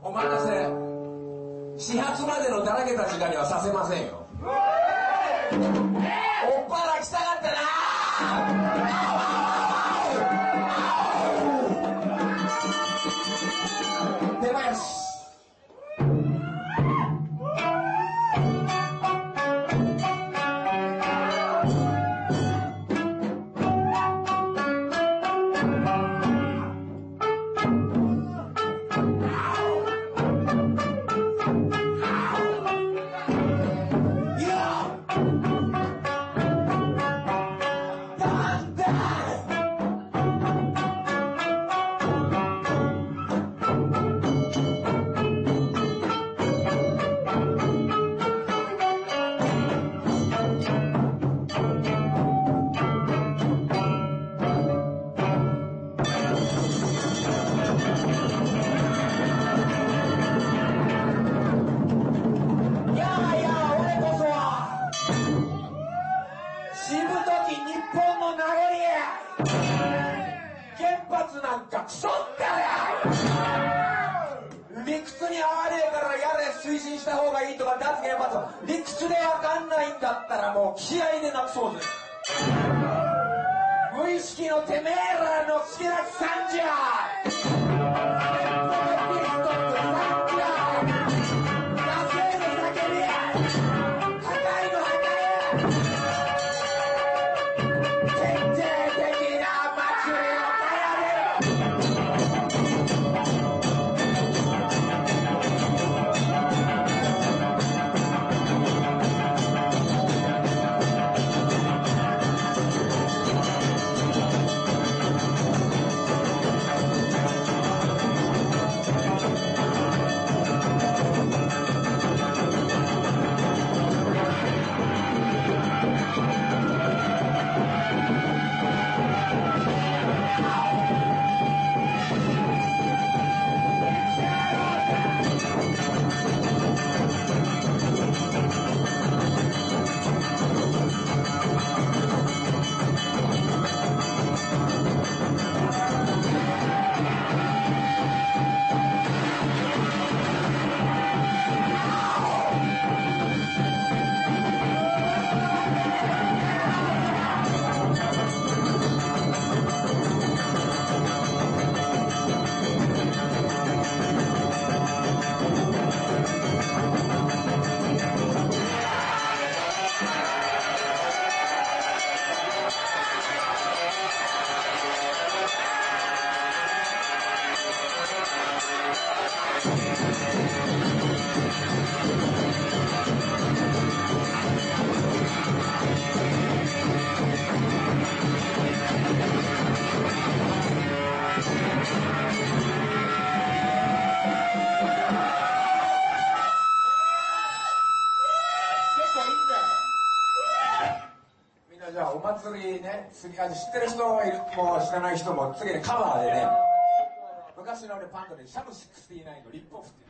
お待たせ始発までのだらけた時間にはさせませんよおっぱら来たかったな出林いやき日本の名残原発なんかクソったれ理屈に合わねえからやれ推進した方がいいとか脱原発は理屈でわかんないんだったらもう気合でなくそうぜ無意識のてめえらの好きな惨じゃみんなじゃあお祭りね、すり味知ってる人もいる、もう知らない人も、次にカバーでね、昔のね、パンドでシャム69のリップオフっていう。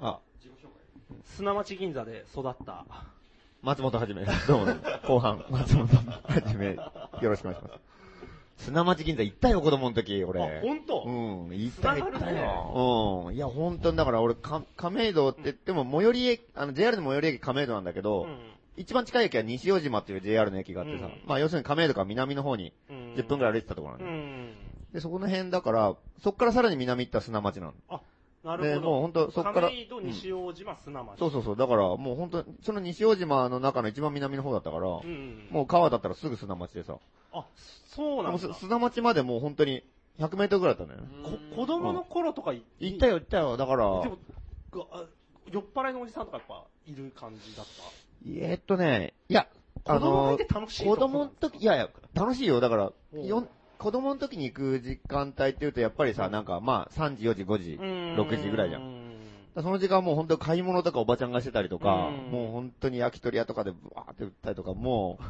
あ、
砂町銀座で育った。
松本 はじめです。どうもどうも。後半、松本はじめ、よろしくお願いします。砂町銀座行ったよ、子供の時、俺。
あ、ほんと
うん、行った行った
繋がるね
よ。うん。いや、本当にだから俺、か亀戸って言っても、最寄り駅、あの、JR の最寄り駅亀戸なんだけど、
うん
一番近い駅は西大島っていう JR の駅があってさ、
うん
まあ要するに亀戸から南の方に
うん
10分くらい歩いてたところな
う
んで,、
ん。
で、そこの辺だから、そっからさらに南行ったら砂町なの。
なるほど。
で、もう本当そっから、
亀戸西大島砂町。
そうそうそう、だからもう本当その西大島の中の一番南の方だったから、
うん。
もう川だったらすぐ砂町でさ、
あ、そうなん
もう
だ。
す
こ、
砂町までもう本当に100メートルくらいだったのよね。
子供の頃とかい
行ったよ行ったよ、だから、
でも、があ酔っ払いのおじさんとかやっぱいる感じだっ
えーっとね、いや、
た。
あ
子供
の
って楽しい
子供の時、いやいや、楽しいよ。だから、
うん
よん子供の時に行く時間帯っていうと、やっぱりさ、なんか、まあ、3時、4時、5時、だか
6
6時ぐらいじゃん
ん。
らその時間はもう本当買い物とかおばちゃんがしてたりとか、
うん
もう本当に焼き鳥屋とかでブワーって売ったりとか、も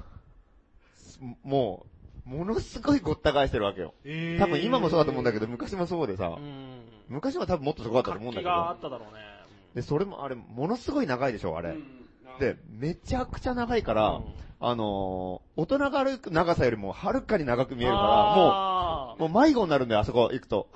う、もう、ものすごいごった返してるわけよ。
えー
多分今もそうだと思うんだけど、昔もそうでさ、
うん。
昔は多分もっとすごかったと思うん
活
だ
気
け
があ
ど
っ、ただろうね。
で、それもあれ、ものすごい長いでしょ、あれ。で、めちゃくちゃ長いから、
うん
あのー大人が歩く長さよりもはるかに長く見えるか
あ
ら、
ー
もう、もう迷子になるんだよ、あそこ行 くと。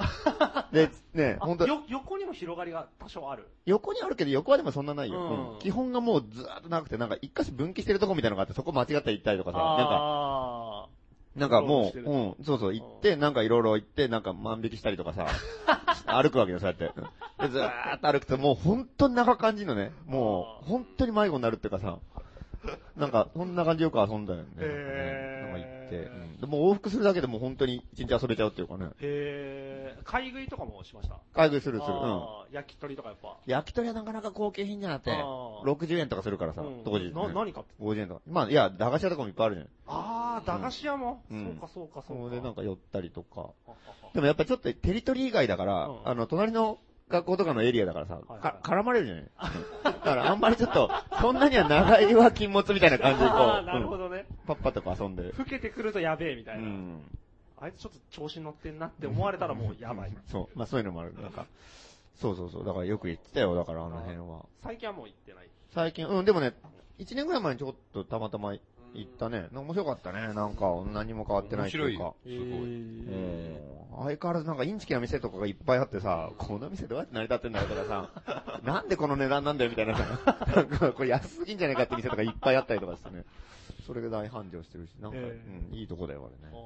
で、ね、
あ
本当
よ横にも広がりが多少ある。
横にあるけど横はでもそんなないよ。
うん
うん基本がもうずーっと長くて、なんか一箇所分岐してるとこみたいなのがあって、そこ間違って行ったりとかさ、なんか、
あ
なんか
うろうろし
も
て
う、
る
うん、そうそう、行って、なんかいろいろ行って、なんか万引きしたりとか さ、歩くわけよ、そうやって。うんで、ずーっと歩くと、もう本当に長く感じるのね。も
あ
う、本当に迷子になるっていうかさ、なんか、そんな感じよく遊んだよね。
へー
なんか行って。うんでもう往復するだけでもう本当に一日遊べちゃうっていうかね。
ー。へー。買い食いとかもしました。
買い食いするする。うん。
あー焼き鳥とかやっぱ。
焼き鳥はなかなか高級品じゃなくて、
あー
60円とかするからさ、
うん
当時、ね。
な、何買って
?50 円とか。まあ、いや、駄菓子屋とかもいっぱいあるじゃん。
ああ、駄菓子屋も。
うん
そうかそうかそうか。
そうでなんか寄ったりとか。
あああ
でもやっぱちょっとテリトリー以外だから、
うん
あの、隣の学校とかのエリアだからさ、
はい
か絡まれるじゃない だからあんまりちょっと、そんなには長いは禁物みたいな感じでこ
あー
う
なるほ
うん、
どね。
パッパとか遊んで。
老けてくるとやべえみた
う
いな。
ん。
あいつちょっと調子に乗ってんなって思われたらもうやばい。
そう。まあそういうのもある。なんか、そうそうそう。だからよく行ってたよ、だからあの辺は。
最近はもう行ってない。
最近、うん、でもね、1年ぐらい前にちょっとたまたま行ったね。なんか面白かったね。なんか、何も変わってな
面
いって
白
い
いう
か
よ。。すごい。
うん相変わらずなんかインチキな店とかがいっぱいあってさ、この店どうやって成り立ってんだよとかさ、 なんでこの値段なんだよみたいなさ、 なんかこれ安すぎんじゃねえかって店とかいっぱいあったりとかしてね。それが大繁盛してるし、なんか、
え
うん、いいとこだよ、あれね。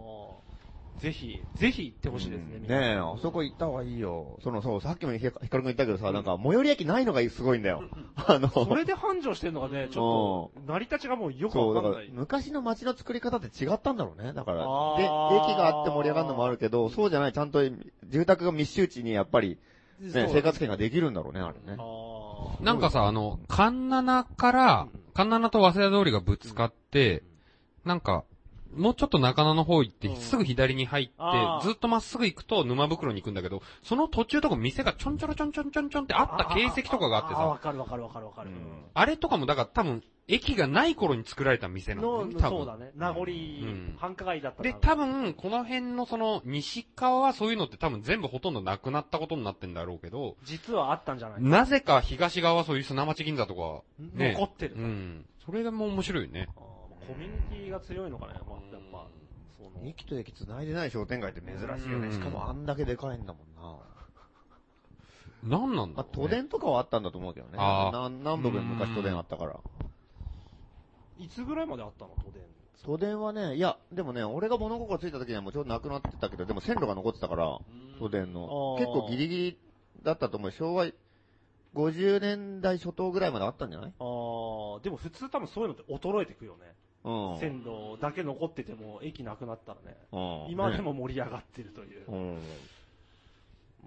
ぜひ、ぜひ行ってほしいです
う
ね、
ん
みんな。
ねえ、あそこ行った方がいいよ。その、そう、さっきもヒカヒカル君言ったけどさ、なんか最寄り駅ないのがすごいんだよ。あの、
それで繁盛してんのがね、ちょっと、成り立ちがもうよく
そう、だ
わかん
から
ない。
昔の街の作り方って違ったんだろうね。だから、で、
あー
駅があって盛り上がるのもあるけど、そうじゃない、ちゃんと住宅が密集地にやっぱり、ね、生活圏ができるんだろうね、あれね。
あ
なんかさ、あの、カンナナから、カンナナと早稲田通りがぶつかって、なんか、もうちょっと中野の方行って、すぐ左に入
あ
っ
ー
て、ずっとまっすぐ行くと沼袋に行くんだけど、その途中とか店がちょんちょろちょんちょんちょんちょんってあった形跡とかがあって
あー、わ
さ、
かるわかるわかるわかる。
あれとかもだから多分、駅がない頃に作られた店なんだよ
の
ね、、多
そ
分
うだ。ね。名残
ん、
繁華街だった
で、多分、この辺のその、西側はそういうのって多分全部ほとんどなくなったことになってんだろうけど、
実はあったんじゃない
なぜか東側はそういう砂町銀座とか、ね
残ってる
う。ん。それがもう面白いよね。
あーコミュニティが強いのかね、まあ、やっぱ、その、
駅と駅繋いでない商店街って珍しいよ
う
ね。
ん
しかもあんだけでかいんだもんな。
なんなんだ
まあ
ろ、う、ね。
都電とかはあったんだと思うけどね。
あー
なん何部分昔都電あったから。
いつぐらいまであったの、都電。
都電はね、いや、でもね、俺が物心ついた時にはもうちょうどなくなってたけど、でも線路が残ってたから、都電の。
あー
結構ギリギリだったと思う。昭和50年代初頭ぐらいまであったんじゃない
ああ、でも普通多分そういうのって衰えてくよね。
うん。
線路だけ残ってても、駅なくなったらね、
うん
今で。も盛り上がってるという、
ねう ん。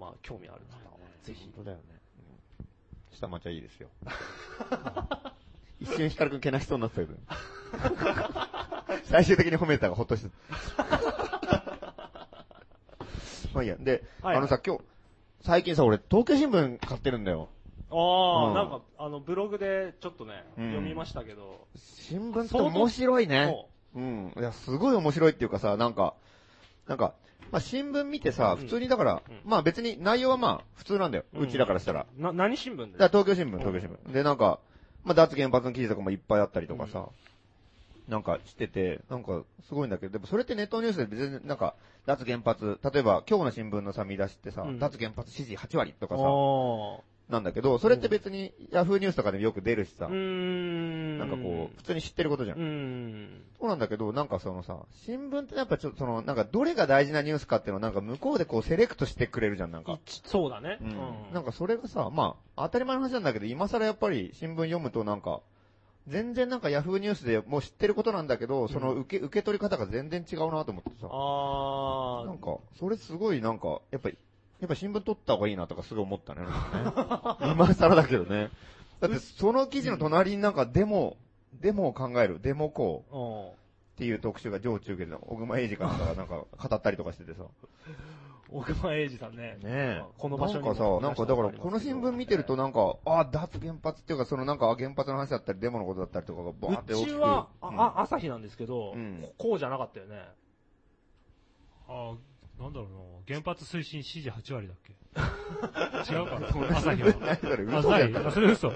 まあ、興味ある方は、ぜひ。
当だよね。下町はいいですよ。 一瞬ヒカルくんけなしそうになった けど。最終的に褒めたがほっとして た。まあいいや。で、
はい
あのさ、今日、最近さ、俺、東京新聞買ってるんだよ。
ああ、
うん
なんか、あの、ブログでちょっとね、
うん
読みましたけど、
新聞って面白いね。
も
うん。いや、すごい面白いっていうかさ、なんか、なんか、まあ新聞見てさ、普通にだから、まあ別に内容はまあ普通なんだよ。うちだからしたら。
う、な、何新聞で
だから東京新聞、東京新聞。で、なんか、まあ、脱原発の記事とかもいっぱいあったりとかさ、なんかしてて、なんかすごいんだけど、でもそれってネットニュースで別になんか、脱原発、例えば今日の新聞のさ、見出しってさ、
うん
脱原発支持8割とか
あ
さ、
ー
なんだけど、それって別にヤフーニュースとかでもよく出るしさ、
うーん。
なんかこう、普通に知ってることじゃん。
うーん。
そうなんだけど、なんかそのさ、新聞ってやっぱちょっとその、なんかどれが大事なニュースかっていうのをなんか向こうでこうセレクトしてくれるじゃん、なんか。
一そうだね。う
うん
ん。
なんかそれがさ、まあ、当たり前の話なんだけど、今更やっぱり新聞読むとなんか、全然なんかヤフーニュースでもう知ってることなんだけど、その受け、受け取り方が全然違うなと思ってさ、
あ
な
ー
んか、それすごいなんか、やっぱり、やっぱ新聞取った方がいいなとかすごい思ったね。なんか ね今更だけどね。だってその記事の隣になんかデモ、デモを考える、デモ校
うん。
っていう特集が上中下で、小熊英二かなんかがなんか語ったりとかしててさ。
奥間英二さんね。
ねえ。
この場所に
なんかさ、なんかだからこの新聞見てるとなんか、あ脱原発っていうかそのなんかあ原発の話だったりデモのことだったりとかがバーって
う
大き
ち
く。
は、あ
うん
あ、朝日なんですけど、
うん
ここうじゃなかったよね。
あーなんだろうな。原発推進支持8割だっ け違うかな。
朝日は。何それ嘘
朝
だ
日
よ。
あそれ嘘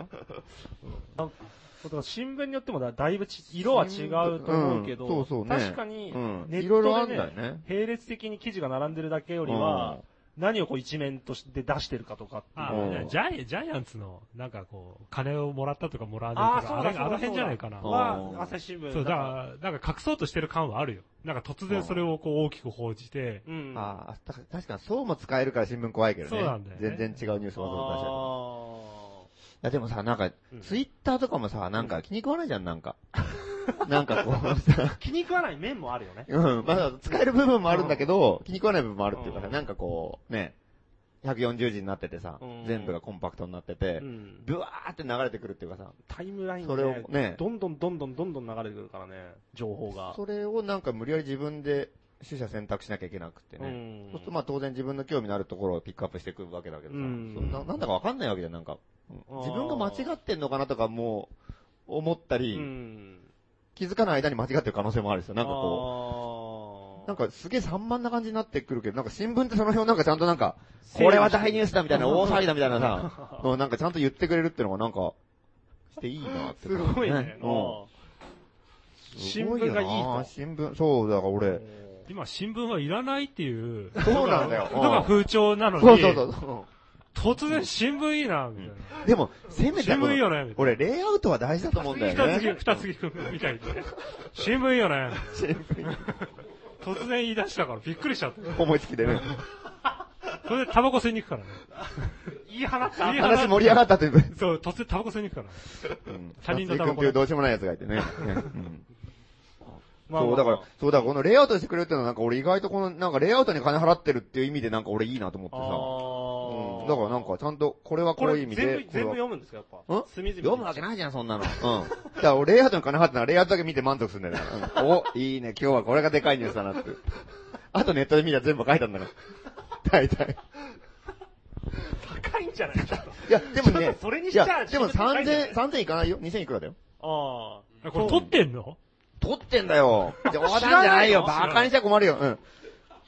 だから新聞によってもだだいぶち色は違うと思うけど、
んそうそうね。
確かに
う、ん。
ネットでね
いろいろあんだよね。
並列的に記事が並んでるだけよりは、何をこう一面として出してるかとかっていう
あ
うん
ージャイ、ジャイアンツの、なんかこう、金をもらったとかもらわ
あ
な
あ、
いと
そ
か、
う
あ
だ、
れが
そうだ
あの辺じゃないかな。
そうだ
は、朝日新聞。
そう、だから、なんか隠そうとしてる感はあるよ。なんか突然それをこう大きく報じて、
うん。
ああ、た確かにそうも使えるから新聞怖いけどね。
そうなんだよね
全然違うニュースわざわざ出したりと
あ
かいやでもさ、なんか
う、ん
ツイッターとかもさ、なんか気に食わないじゃん、な んか。なんかこうさ、
ー気に食わない面もあるよね。
うん。まあ、使える部分もあるんだけど、気に食わない部分もあるっていうかさ、
うん
なんかこう、ね、140字になっててさ
うん、
全部がコンパクトになってて
う、ん。
ブワーって流れてくるっていうかさ、
タイムライン
それ
で、
をね、
どんどんどんどんどんどん流れてくるからね、情報が。
それをなんか無理やり自分で取捨選択しなきゃいけなくて
う
ね。
ん
そうするとまあ当然自分の興味のあるところをピックアップしていくわけだけどさ、
う
そ
ん
んななんだかわかんないわけじゃん、なんか。
あー
自分が間違ってんのかなとかもう、思った
う
り、
ん。
気づかない間に間違ってる可能性もあるんですよ、なんかこ
こ
う。なんかすげえ散漫な感じになってくるけど、なんか新聞ってその辺をなんかちゃんとなんか、
整理し て
これは大ニュースだみたいな、大騒ぎだみたいなさ、うんなんかちゃんと言ってくれるっていうのがなんか、していいなって。
すごいね。
うん
もう新聞がいい
すごな
と。
新聞、そう、だから俺。
今、新聞はいらないっていう、
そうなんだよ。
のが風潮なのに、
そうそうそうそ
突然新聞いいな、みたいな。
う。でも、せめて、
新聞いいよね、みたい
俺、レイアウトは大事だと思うんだよ
な。二つ
ね。
木、二つ木君みたいに。新聞いいよね。
新聞
突然言い出したからびっくりしちゃった。
思いつきでね。
それでタバコ吸いに行くからね。
言い放った。
いい話
話盛り上がったという。
そう、突然タバコ吸いに行くから。
うん
他人の
松井
タバ
君
コ
というどうしようもない奴がいてね。ねうん
まあまあ
そう、だから、そうだ、このレイアウトしてくれるってのはなんか俺意外とこの、なんかレイアウトに金払ってるっていう意味でなんか俺いいなと思って
あ
さ。
ー
うんだからなんかちゃんと、これは
こ
こういう
れ
意味
全部
で。
全部
これは
読むんですかやっぱ。
ん
隅々。
読むわけないじゃん、そんなの。うん。だから俺レイアウトに金払ってたらレイアウトだけ見て満足するんだよね。うんお、いいね、今日はこれがでかいニュースだなって。あとネットで見たら全部書いたんだから。大体。
高いんじゃないちょっと。、
いや、でもね
それにしちゃ
いやでも
新聞高いんじゃない
3000、3000いかないよ。2000いくらだよ。
あ
えこれ撮ってんの
撮ってんだよ。冗談じゃないよ。バカにしちゃ困るよ。うん。
ー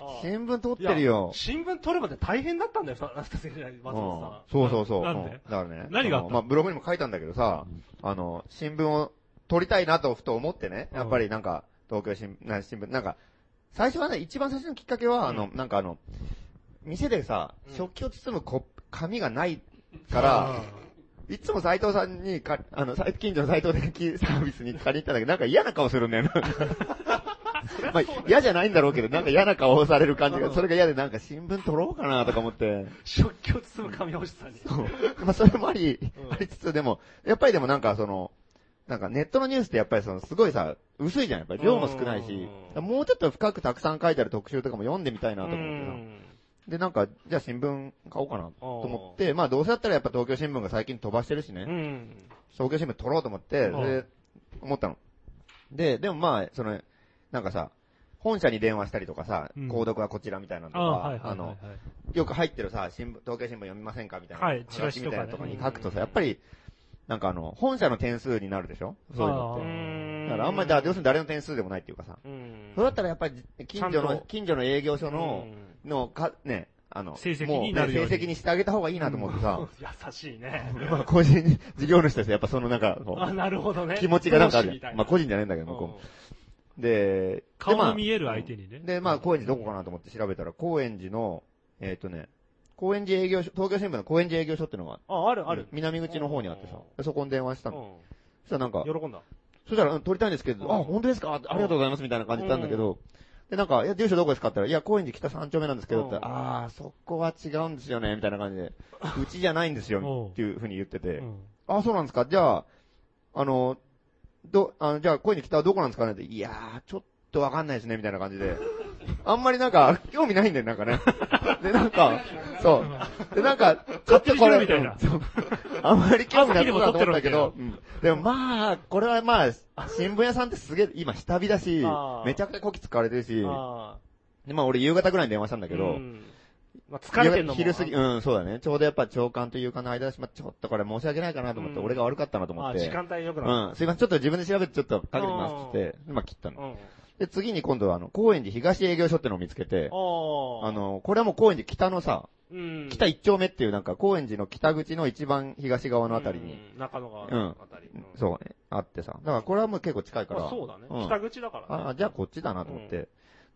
あー。
新聞撮ってるよ。
新聞取るまで大変だったんだよ、さラスト先生、
う
松
ん
本さん。
そうそうそう。
な
うんん
で
だからね。
何があった
あのまあ、ブログにも書いたんだけどさ、あの、新聞を撮りたいなとふと思ってね。やっぱりなんか、東京新聞、な新聞、なんか、最初はね、一番最初のきっかけは、あの、なんかあの、店でさ、食器を包むコップ、紙がないから、いつも斎藤さんにか、 あの、最近所の斎藤電気サービスに借りに行ったんだけど、なんか嫌な顔するんだよな。 まあ、嫌じゃないんだろうけど、なんか嫌な顔をされる感じが、それが嫌で、なんか新聞取ろうかなとか思って。
食器を包む紙欲しさに。
そうまあ、それもあり、ありつつ、でも、やっぱりでもなんかその、なんかネットのニュースってやっぱりその、すごいさ、薄いじゃん、やっぱり量も少ないし、もうちょっと深くたくさん書いてある特集とかも読んでみたいなと
う
思ってさ。
ん。
で、なんか、じゃあ新聞買おうかなと思って、まあどうせだったらやっぱ東京新聞が最近飛ばしてるしね。
うん。
東京新聞取ろうと思って、
うん
で、思ったの。で、でもまあ、その、なんかさ、本社に電話したりとかさ
うん、
購読はこちらみたいなのと
ああー、はい
か、
は
あ
いはいは
の
い、。
よく入ってるさ、新聞、東京新聞読みませんかみたいな。
はい
チラシみたいな
チラシと
と
か
か
ね
に書くとさ、やっぱり、なんかあの、本社の点数になるでしょそういうのって。だからあんまり、だから要するに誰の点数でもないっていうかさ。
うん
それだったらやっぱり、近所
ちゃん
の
と、
近所の営業所の
う、ん
の、か、ね、あの、
成績
もう
になるように
ね成績にしてあげた方がいいなと思ってさ、
優しいね。
まあ個人、事業主としてやっぱそのなんか、こ う
あ、なるほどね。
気持ちがなんかある
上司み
じ
た
ゃ
い
ん。
な
まあ個人じゃねえんだけど、向こう。で、
顔の
の
見える相手にね。
で、まあ、高円寺どこかなと思って調べたら、高円寺の、えっ、とね、高円寺営業所、東京新聞の高円寺営業所ってのが、
あ、あるある。
南口の方にあってさ、そこに電話したの。
う
そしたらなんか、
ん。喜んだ。
そしたら、うん撮りたいんですけど、
うん
あ、本当ですかあありがとうございますみたいな感じだったんだけど、で、なんか、いや、住所どこですかって言ったら、いや、高円寺北三丁目なんですけど、って言ったら、あー、そこは違うんですよね、みたいな感じで、うちじゃないんです
おう
よ、っていうふうに言ってて、
うん
あ、そうなんですか。じゃあ、あの、ど、あの、じゃあ、声に来たはどこなんですかねっていやー、ちょっとわかんないですね、みたいな感じで。あんまりなんか、興味ないんだよ、なんかね。で、なんか、そう。で、なんか、ちょっとこ
勝
れ、
手にしろみたいな
そうあんまり興味
朝
ない
日でも撮
と
って
だと
るみ
思った
たい
け
な
ど、うんでもまあ、これはまあ、新聞屋さんってすげえ、今下火だし
あ、ー
めちゃくちゃこき使われてるし、
あ
でまあ俺夕方ぐらいに電話したんだ
あ。
けど、
うん。まあ疲れてんのも。
昼過ぎ、うん、そうだね。ちょうどやっぱ長官と夕刊の間だし、まあ、ちょっとこれ申し訳ないかなと思って、
うん
俺が悪かったなと思
あ
っ
ー、
て。
時間帯良くなっ
うん、すいません、ちょっと自分で調べてちょっとかけてみますってって、今切った
た。
の。
うん。あ
で、次に今度はあの、高円寺東営業所ってのを見つけて、
あ。
あ、の、これはもう高円寺北のさ、
うん。
北一丁目っていうなんか高円寺の北口の一番東側のあたりに、
うん。中野川
うん
のあたり。うん
そうね、あってさ。だからこれはもう結構近いか
ま
ら、
あそうだね
う。ん
北口だからね。
ああ、じゃあこっちだなと思っ
う
て、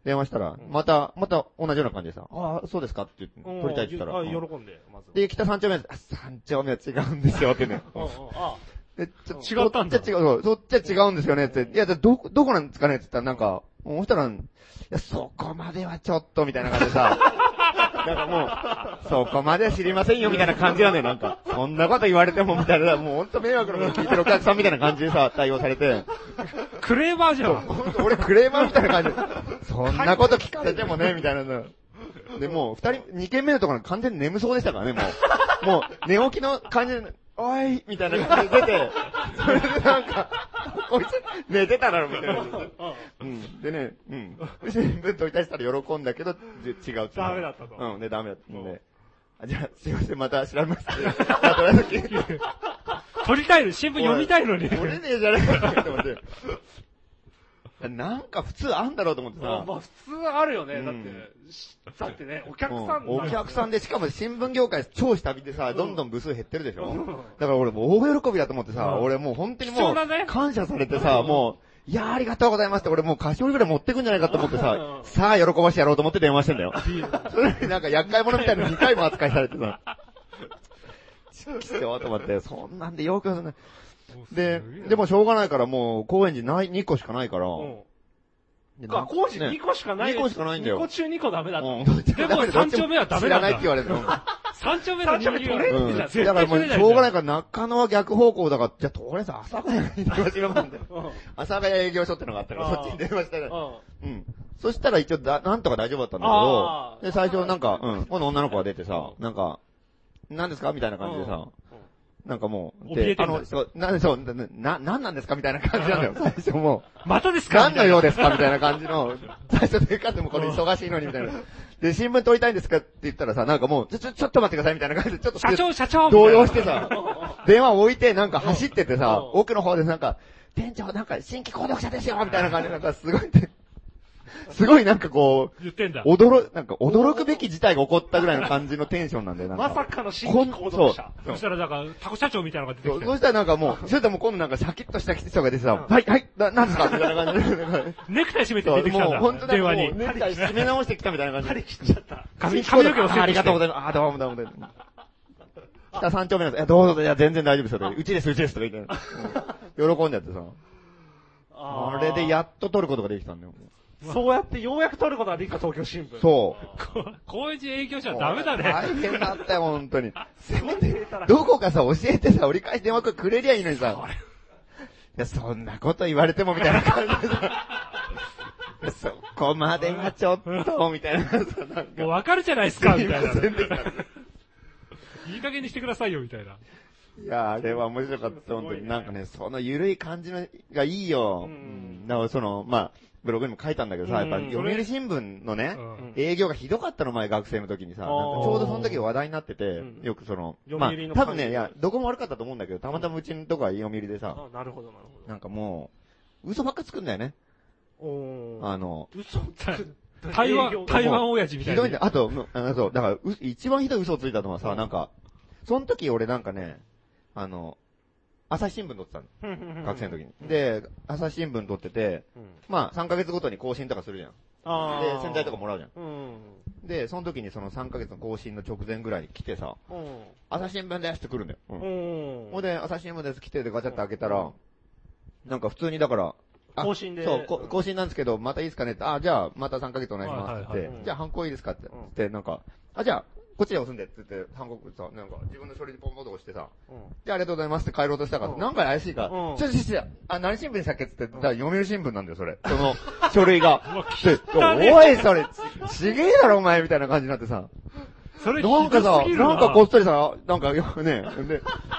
電話した
う、
ら
ん
また、また同じような感じでさ、ああ、そうですかって言って、
うん
撮りたいって言ったら、
あ、
うん
喜んで、まず。
で、北三丁目で、あ三丁目は違うんですよってね。
うんうん、あ、
で、ち
違ったんだ
そっちは違う、そうそっちは違うんですよねって。いや、じゃあどこ、どこなんですかねって言ったら、なんか、もうしたら、いや、そこまではちょっと、みたいな感じ でさ。なんかもう、そこまでは知りませんよ、みたいな感じなんだよ、なんか。そんなこと言われても、みたいな、もうほんと迷惑なこと聞いてるお客さんみたいな感じでさ、対応されて。
クレーマーじゃん。
ほんと俺クレーマーみたいな感じで。そんなこと聞かれてもね、みたいなの。で、もう、二人、二軒目のところ完全に眠そうでしたからね、もう。もう、寝起きの感じで、おいみたいな感じで出て、それでなんか、こいつ、寝てただろ、みたいな感じで。うん。でね、うん。新聞取り出したら喜んだけど、じ違うって。
ダメだったと
うん、で、ダメだったんで。あじゃあ、すいません、また調べますって。あとりあえず聞いて
撮りたいの、新聞読みたいのに。
折れねえじゃねえかと思って。なんか普通あんだろうと思って
まあ
さ、
まあ普通あるよね。
うん
だって、しだってね、お客
うん
さん
お客さんで、しかも新聞業界超下火でさ、どんどん部数減ってるでしょ、
うん
だから俺もう大喜びだと思ってさ、
うん
俺もう本当に
貴
も
重なね
う、感謝されてさ、もう、いやーありがとうございますって、俺もう菓子折りぐらい持ってくんじゃないかと思ってさ、さあ喜ばしてやろうと思って電話してんだよ。それでなんか厄介者みたいな2回も扱いされてさ、きついよと思って、そんなんでよく、 で、でもしょうがないからもう、高円寺ない、2個しかないから、
うん
で
か、工事2個しかない。
二個しかないんだよ
2個中2個ダメだった。
うんどっちダメだ
でも三丁目はダメなんだ
知らないって言われるの。
三丁目の
三丁
人
目
間
取
は
れ
う
る
ん。
じゃん。
だからもう、しょうがない
い。
から中野は逆方向だから、じゃあとりあえず朝佐ヶ谷に電話しろなんだよ。
うん。うん。
阿佐ヶ谷営業所ってのがあったから、
あー
そっちに電話したら、うん。そしたら一応だ、なんとか大丈夫だったんだけ
あ
ど
ー、
で、最初なんか、うん、この女の子が出てさ、なんか、何ですかみたいな感じでさ、なんかも
怯
う、
え
で、
て
あ
んだ
の、そう、な、そう、な、な、なんなんですかみたいな感じなんだよ、最初もう。
またですか
何の用ですかみたいな感じの、最初でかってもこれ忙しいのにみたいな。で、新聞撮りたいんですかって言ったらさ、なんかもう、ちょ、ちょ、ちょっと待ってくださいみたいな感じで、ちょっと
社長、社長
動揺してさ、電話置いてなんか走っててさ
うん、
奥の方でなんか、店長なんか新規購読者ですよみたいな感じでなんかすごいって、すごいなんかこ
言ってんだ
う、。驚、なんか驚くべき事態が起こったぐらいの感じのテンションなんだよ、なんか。
まさかの新規行動者。
そ
そうしたら、だから、タコ社長みたいなのが出て
そ
き
う
て
そしたらなんかもう、そしたらもう今度なんかシャキッとした人が出てさ、はい、はい、な、なんですかみたいな感じで。なんか
ネクタイ締めて
そ
出
う
てきた
もう本
ん
当
だ。
なん
電話
かもう
に。
ネクタイ締め直してきたみたいな感じ
張
で。
り切っちゃった。
髪髪の毛をセットして
あありがとうございます。ああ、どうもどうもどうも。北三丁目の、いや、どうぞ、いや、全然大丈夫ですよ。うちです、うちです、とか 言って。うん喜んじゃってさ。
あー
あれでやっと取ることができたんだよ。
そうやってようやく取ることができた東京新聞。
そう。
高円寺営業者はダメだね。
大変だったよ、本 当に。せめ
教え
て
たら、
どこかさ、教えてさ、折り返し電話くれりゃいいのにさ。 いや、そんなこと言われても、みたいな感じでさ。 そこまではちょっと、みたいなさ、 な
も
んか
う。わかるじゃないですか、みたいな
す。いませんでした
いい加減にしてくださいよ、みたいな。
いや、あれは面白かった、本当に。なんかね、その緩い感じのがいいよ。うんだからその、まあ、ブログにも書いたんだけどさ、やっぱ
うん
読売新聞のね
う、ん
営業がひどかったの前学生の時にさ、なんか
あ
ち
ー
ょうどその時話題になってて、
ん
よくその、
読売
まあ
の感じ、
多分ね、いや、どこも悪かったと思うんだけど、たまたまうちのとこは読売でさ、
あなるほど、なるほ
なんかもう、嘘ばっかつくんだよね。
ど。おー。
あの、
嘘
台
営業
湾、台湾親父みた
ひ
い
ど
ない
ん。だよ。あと、むあのそう、だから、う一番ひどい嘘をついたのはさ、なんか、その時俺なんかね、あの、朝日新聞撮ってたの。学生の時に。で、朝日新聞撮ってて、まあ3ヶ月ごとに更新とかするじゃん。
あ
で、洗剤とか
も。
もらうじゃん。
うん。
で、その時にその3ヶ月の更新の直前ぐらいに来てさ、
うん。
朝日新聞ですって来るんだよ。うん
うん。
ほんで、朝日新聞です来てでガチャって開けたら、なんか普通にだから、あ
更新で
そう、こ更新なんですけど、またいいですかねって、あ、じゃあ、また3ヶ月お願いしますって
はい
は
言
い
っ
はい
て、じゃあ、ハンコいいですかって言って、なんか、あ、じゃあ、こっちで押すんでって言って、ハンコさ、なんか、自分の書類にポンポンと押してさ、
うん
じゃあ、ありがとうございますって帰ろうとしたから、なんか怪しいから、
うん
ちょちょちょ、あ、何新聞でしたっけって言って、じゃあ、読売新聞なんだよ、それ。その、書類が。でおい、それ、ちちげえだろ、お前、みたいな感じになってさ。
それ、
なんか
ひ
さ、
どすぎる
なんかこっそりさ、なんかよくね、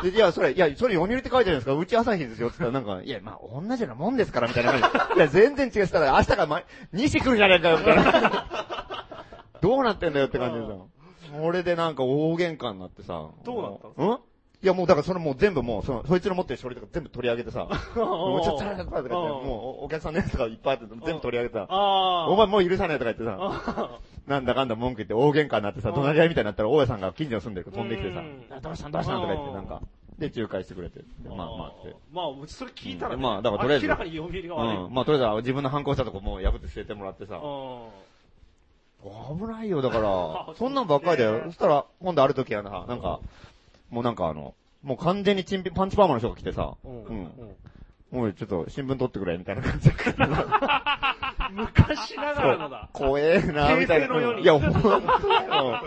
で、でいや、それ、いや、それ読売って書いてあるんですかうち朝日ですよって言ったら、なんか、いや、まあ、同じようなもんですから、みたいな感じ。いや、全然違う。したら、明日から毎、西来るじゃねえかよ、みたいな。どうなってんだよって感じでさ。それでなんか大喧嘩になってさ。
どうなったんです
んいや、もうだからそれもう全部もう、その、そいつの持ってる書類とか全部取り上げてさ、もうちょっと、ちょっとちょっととか言って、もうお客さんのやつとかいっぱいあって、全部取り上げてさ、
あー。
お前もう許さないとか言ってさ、なんだかんだ文句言って大喧嘩になってさ、隣り合いみたいになったら大家さんが近所に住んでるから飛んできてさ
う、
どうしたんどうしたんとか言ってなんか、で、仲介してくれて、でまあまあって。
まあ、それ聞いたらね、
うんまあだからとりあえず
明らかに読売が悪い。
うん。まあとりあえず自分の反抗したとこもう破って捨ててもらってさ、危ないよだ から、そんなんばっかりだよ。そしたら、今度ある時はな、なんか、もうなんかあの、もう完全にチンピ、パンチパーマの人が来てさ、
うん
うん。もうちょっと新聞取ってくれ、みたいな感じで来てさ
うん昔ながらのだ。
怖えなみたい
平成のよう
な。
に
いや、ほんとだよ。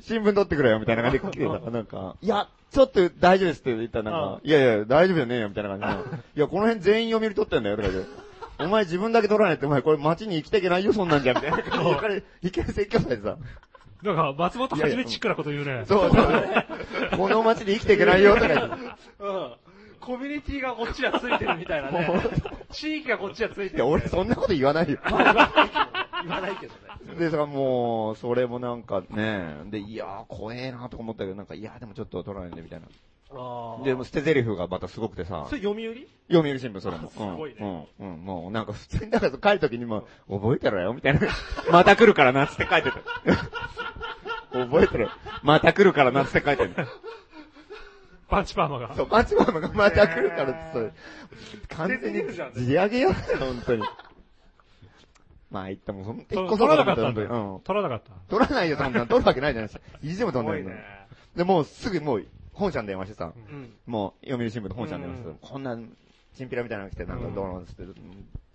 新聞取ってくれよ、みたいな感じで来てた。なんか、いや、ちょっと大丈夫ですって言ったらなんか、いやいや、大丈夫よねよ、みたいな感じで。いや、この辺全員読売取ってんだよ、とか言って。お前自分だけ取らないって、お前これ街に生きていけないよ、そんなんじゃ、みたいな感じで。彼いきなり説教されてさ。
なんか、松本はじめチックなこと言うね。
そうそう。この街で生きていけないよ、とか言って。
うん。コミュニティがこっちはついてるみたいな ね。地域がこっちはついて
いや、
る。
俺そんなこと言わないよ。
言わないけどね。
でさ、もう、それもなんかね、で、いやー、怖えなとか思ったけど、なんか、いやー、でもちょっと取らないんで、みたいな。
あー
で、もう捨て台詞がまたすごくてさ
そ、れ読売
読売新聞それも。
すごいね
うん。うん。うん。もうなんか普通に、だから帰るときにも、覚えてろよみたいな。また来るからなっつって書いてた。 覚えてろよ。また来るからなっつって書いてる。
パンチパーマが。
そう、マチママがまた来るからって、それ。完全に、地上げようよ、本当に。 まあ言ったもう、ほんと一個
取
そこ
ら
だ
な
か
かっ
っ
た
た
ん
本
だ
当に。う
よ
ん。。
取らなかった。
取らないよ、そんなん。取るわけないじゃないですか。意地も取んない
す
の
ごい
に
ね。
で、もうすぐもう、本社に電話してさ、
うん。
もう、読売新聞の本社に電話して
う
さ、こんな、チンピラみたいなの来て、なんかどうのっつって、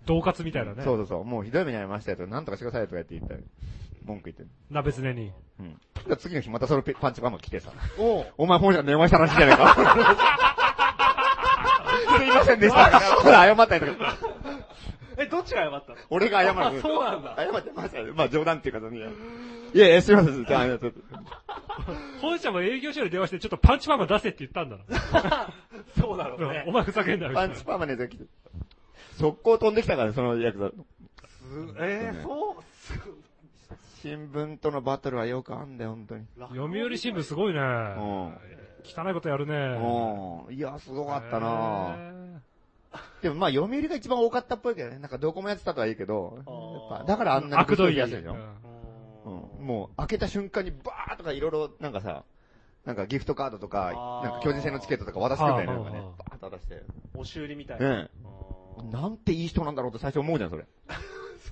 恫喝みたいなね。
そうそうそう、もうひどい目に遭いましたよと、なんとかしてくださいとか言って言ったよ文句言ってる。
鍋常に。
うん。だから次の日またそのペパンチパーマ来てさ、
おう
お前本社に電話した話じゃないか。 すいませんでした。ほら謝ったりとか。
え、どっちが謝ったの
俺が謝る。
あそうなんだ
謝ってましたよ。まあ冗談っていうか、そのいやいやいや、すいません、じゃあ、ありがとう
本社も営業所に電話して、ちょっとパンチパーマ出せって言ったんだろ。
そうだろう
うんお
ね。
前ふざけんなよ。みた
パ
い
ン
な
チパーマネーズが来て。速攻飛んできたから、そのヤクザ。
すえー、そう、す
新聞とのバトルはよくあんだよ、本当に。
読売新聞すごいね。
うん。
汚いことやるね。
うん。いや、すごかったなぁ。
へ
でもまあ、読売が一番多かったっぽいけどね。なんかどこもやってたとはいいけど、
あー
やっぱだからあん
ー
なに
悪どい。
やすいでしょ
う。
うんもう、開けた瞬間にバーとかいろいろ、なんかさ、なんかギフトカードとか
あ、ー
なんか巨人戦のチケットとか渡してくれたよね、なんかね
あーあー。
バーっと渡して。ね
お修理みたいな。
え。なんていい人なんだろうって最初思うじゃん、それ。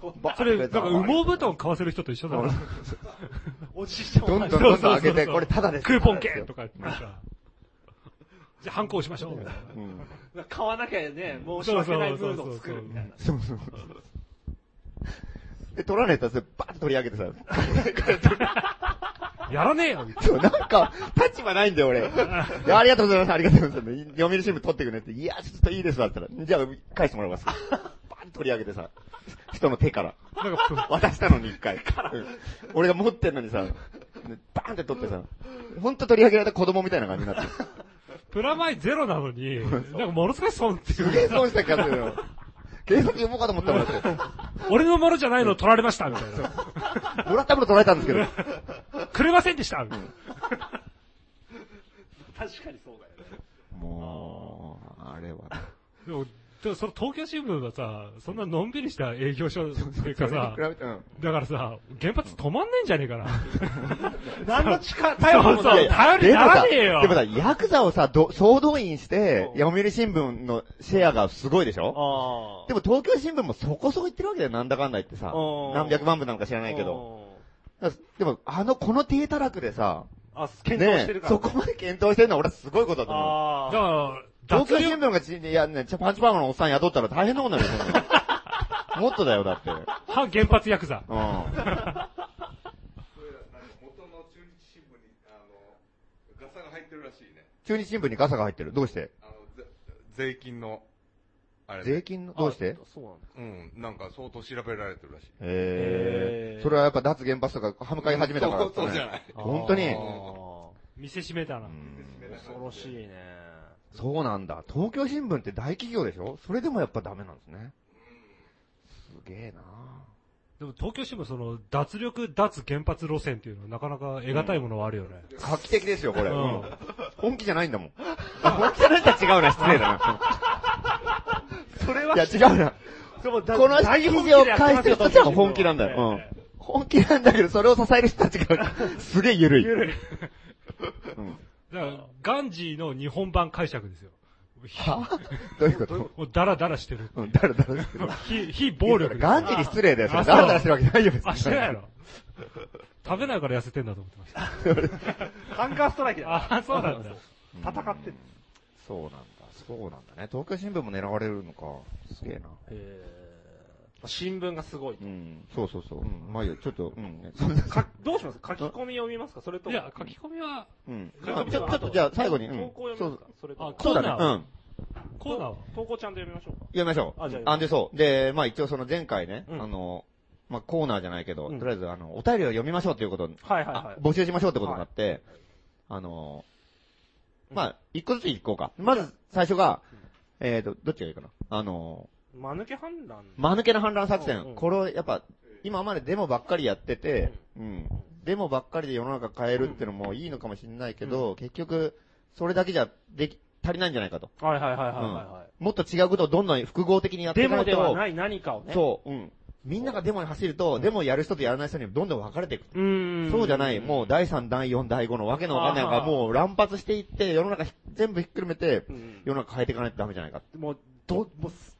そう
バー
それ、なんか羽毛布
団
団買わせる人と一緒だろ。
おじいちゃん
どんどん
おばあちゃ
どんどん開けて、これタダです。
クーポン
タダ
券
です
と
よ
か言ってさ。じゃあ、反抗しましょう。みたいな
うん。
ん買わなきゃね、申し訳ないムードを作るみたいな。
そうそう。で、取られたらそれバーッと取り上げてさ、
やらねえよみたい
そう、なんか、立場ないんだよ、俺。いやありがとうございます、ありがとうございます。読売新聞取ってくねって、いや、ちょっといいですわ、って言ったら。じゃあ、返してもらいます。バーンと取り上げてさ、人の手から。
な。なんか、
渡したのに一回。うん俺が持ってんのにさ、バーンって取ってさ、ほんと取り上げられた子供みたいな感じになって。
プラマイゼロなのに、なんかものすごい損って
すげ
い
え
うかさ
損した気がするよ。警察呼ぼうかと思ったもんだって。
俺のものじゃないの取られました、みたいな。
もらったもの取られたんですけど。
くれませんでした、みたいな。
確かにそうだよね。
もう、あれは。
でも、でもその東京新聞はさ、そんなのんびりした営業所っていうかさ
そ、れに比べて、うん。
だからさ、原発止まんねえんじゃねえかな。
何の力、頼り
そ
も
う
ないい。
や頼りにならねえよ
でもさ、でもさヤクザをさ、ど総動員して、読売新聞のシェアがすごいでしょ
あ
でも東京新聞もそこそこ言ってるわけだよ、なんだかんだ言ってさ。
うん
何百万部なんか知ら
あ
ないけど。。だからでも、あの、この低たらくでさ、
あ、検討してるから。
そこまで検討してるのは俺はすごいことだと思う。
だ
ああ。
から、
東
脱
京新
力、
聞がち、いやね、ちょパンチパーマのおっさん雇ったら大変なことになるよそんなのもっとだよ、だって。う
反原発ヤクザ。
ん。
元の中日新聞に、あの、ガサが入ってるらしいね。
中日新聞にガサが入ってる。どうして
あの、ぜ税金の、あれ、
税金の、どうして
そうなんだ。
うん、なんか相当調べられてるらしい。
え
へ
ー。
ー
それはやっぱ脱原発とか歯向かい始めたから、
そうそうじゃない。
本当に。
見せしめたな。
恐ろしいね。
そうなんだ。東京新聞って大企業でしょそれでもやっぱダメなんですね。すげえな
でも東京新聞その、脱力、脱原発路線っていうのはなかなか得難いものはあるよね。
画期的ですよ、これ。
うん
本気じゃないんだもん。本気じゃないんだ違うな、失礼だな。
それ
い
は
や、、違うな。
でもだ
この記事を返してる人たちが本気なんだ
う
よ。うん。本気なんだけど、それを支える人たちが、すげえ緩い。緩い。
だから、ガンジーの日本版解釈ですよ。
はどういうこと
もうダラダラしてる。
うん、だらだらですけど。
非、非暴力ですよ
ガンジに失礼だよ、それ。
あ
だらだらしてるわけないよ、別
あ、してないの食べないから痩せてんだと思ってました。
ハンガーストライキだ。
あ、そうなんだ。
戦ってる。
そうなんだ、そうなんだね。東京新聞も狙われるのか。すげえな。
へー新聞がすごい。
うん、そうそうそう。うん、まあいいよ、ちょっと、うん、そうそうそう
かどうします書き込み読みますかそれと
い
も。
や、書き込みは、
うん。
書き込み
ちょ、
は
ちょっと、じゃあ最後に、う
投
ん。
稿
そ
読みます
う
かそれとも
あ
そうだね、
コーナー
うん。
コーナーは
投稿ちゃんと読みましょうか。
やりましょう。
あじゃあ
あ、で、そう。で、まあ一応その前回ね、
うん
あの、まあコーナーじゃないけど、
うん
とりあえずあの、お便りを読みましょうということに、
はいはいはい
あ募集しましょうってことになって、あの、まあ、一個ずつ行こうか。まず、最初が、えっ、と、どっちがいいかな。あの、
間抜け判断。
間抜けの反乱作
うんう
戦。
ん
これをやっぱ、今までデモばっかりやってて、うん。デモばっかりで世の中変えるってのもいいのかもしれないけど、結局、それだけじゃでき、足りないんじゃないかと。
はいはいはいはいは
もっと違うことをどんどん複合的にやっ
い。
てい
デ
か
モ
ないと。
ではない何かをね。
そう、うん。みんながデモに走ると、デモをやる人とやらない人にどんどん分かれていく。
うーん。
そうじゃない、もう第3、第4、第5のわけのわかんないのが
あー
もう乱発していって、世の中ひ全部ひっくるめて、
うん。
世の中変えていかないとダメじゃないか。
もう、ど、もうす、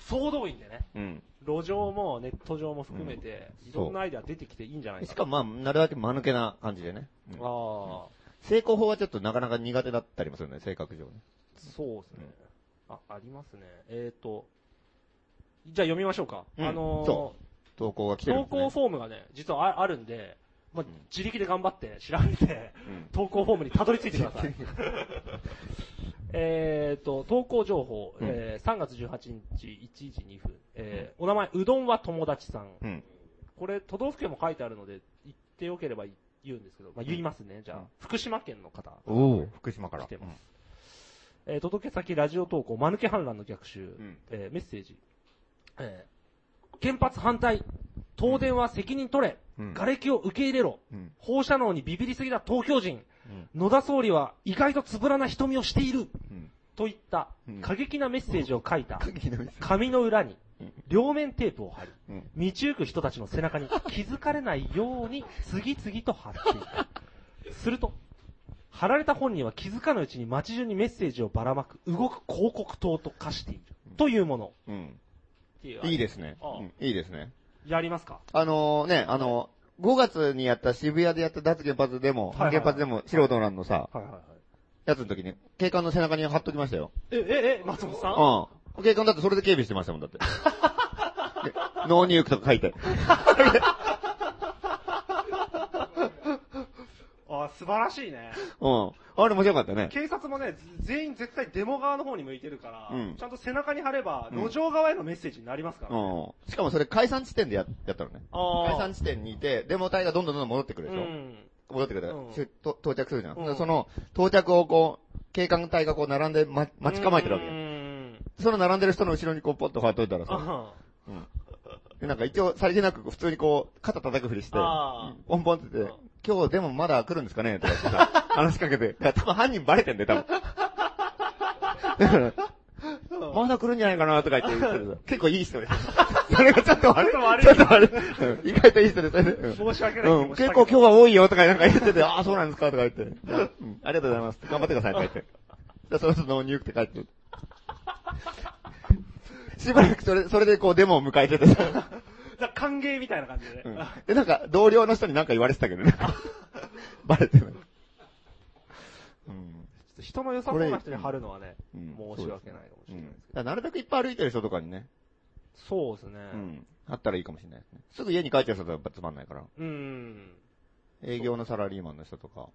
総動員でね、
うん。
路上もネット上も含めて、
うん
いろんなアイデア出てきていいんじゃない
し
か
かもまあ、なるだけ間抜けな感じでね。うん
な。ああ、
成功法はちょっとなかなか苦手だったりもするね、性格上ね。
そうですね。あ、ありますね。えっ、ー、と、じゃあ読みましょうか。
うん
あの
そ投稿が
ー
来てるん
投
ですね
稿。フォームがね、実はああるんで、まあ
うん、
自力で頑張って調べて、
うん
投稿フォームにたどり着いてくださ い。えっと、投稿情報、
うん
えー3月18日1時2分、えーお名前、うどんは友達さん。
うん
これ、都道府県も書いてあるので、言ってよければ言うんですけど、まあ、言いますね、じゃあ、
うん
福島県の方。
おお福島から。
来てますえー届け先ラジオ投稿、間抜け反乱の逆襲、
ん
えーメッセージ、えー原発反対、東電は責任取れ、
うん
瓦礫を受け入れろ、
うん
放射能にビビりすぎた東京人、
うん
野田総理は意外とつぶらな瞳をしている、
うん
といった
うん
過激なメッセージを書いた
うん。鍵の店
紙の裏に両面テープを貼り、
うん
道行く人たちの背中に気づかれないように次々と貼っていく。すると、貼られた本人は気づかぬうちに街中にメッセージをばらまく動く広告塔と化している。というもの。
うん。
っていう
いいですね。
ああ
うんいいですね。
やりますか
あのね、あの、5月にやった渋谷でやった脱原発でも、
はいはい
原発でも、素人なんのさ、
はいはいはい。
やつの時に、警官の背中に貼っときましたよ。
え、え、え、松本さん
うん。警官だってそれで警備してましたもん、 だって。でノーニュークとか書いて。
あ、素晴らしいね。
うん。あれ面白かったね。
警察もね、ぜ全員絶対デモ側の方に向いてるから、
うん
ちゃんと背中に貼れば、
うん
路上側へのメッセージになりますから、ね。
うん。しかもそれ解散地点でややったのね。
あ
解
あ。
散地点にいて、デモ隊がどんどんどんどん戻ってくるでしょ。
うん。
戻ってくる
うん
しゅと到着するじゃん。
うん
その、到着をこう、警官隊がこう並んで、ま、待ち構えてるわけ
う
よ。
ん。
その並んでる人の後ろにこう、ポッと貼っといたらさ、
あ
でなんか一応、さりげなく普通にこう、肩叩くふりして、
あ
ポンポンって言って、今日でもまだ来るんですかねとか言ってさ、話しか けて。だから多分犯人バレてんだよ、多分。だからまだ来るんじゃないかなとか言って言っ てる結構いい人です。それがちょっと悪い。ちょっと悪い。うん意外といい人です。うん
申し訳ない。
うん、結構今日は多いよとかなんか言 ってて、ああ、そうなんですかとか言って、うんありがとうございます。頑張ってくださいとか言って。じゃあその人ノーニュークって帰って。しばらくそれ、それでこうデモを迎えててさ、
だから歓迎みたいな感じでね。
うんで、なんか同僚の人になんか言われてた けどね。バレてない。うん。
人の良さそうな人に貼るのはね、
うん
申し訳ないかもし
う
れ
ん。
ないで
だか
すけど。
らなるべくいっぱい歩いてる人とかにね、
そうですね。
うん。あったらいいかもしれないですね。すぐ家に帰っちゃう人とかやっぱつまんないから。
うん。
営業のサラリーマンの人とか。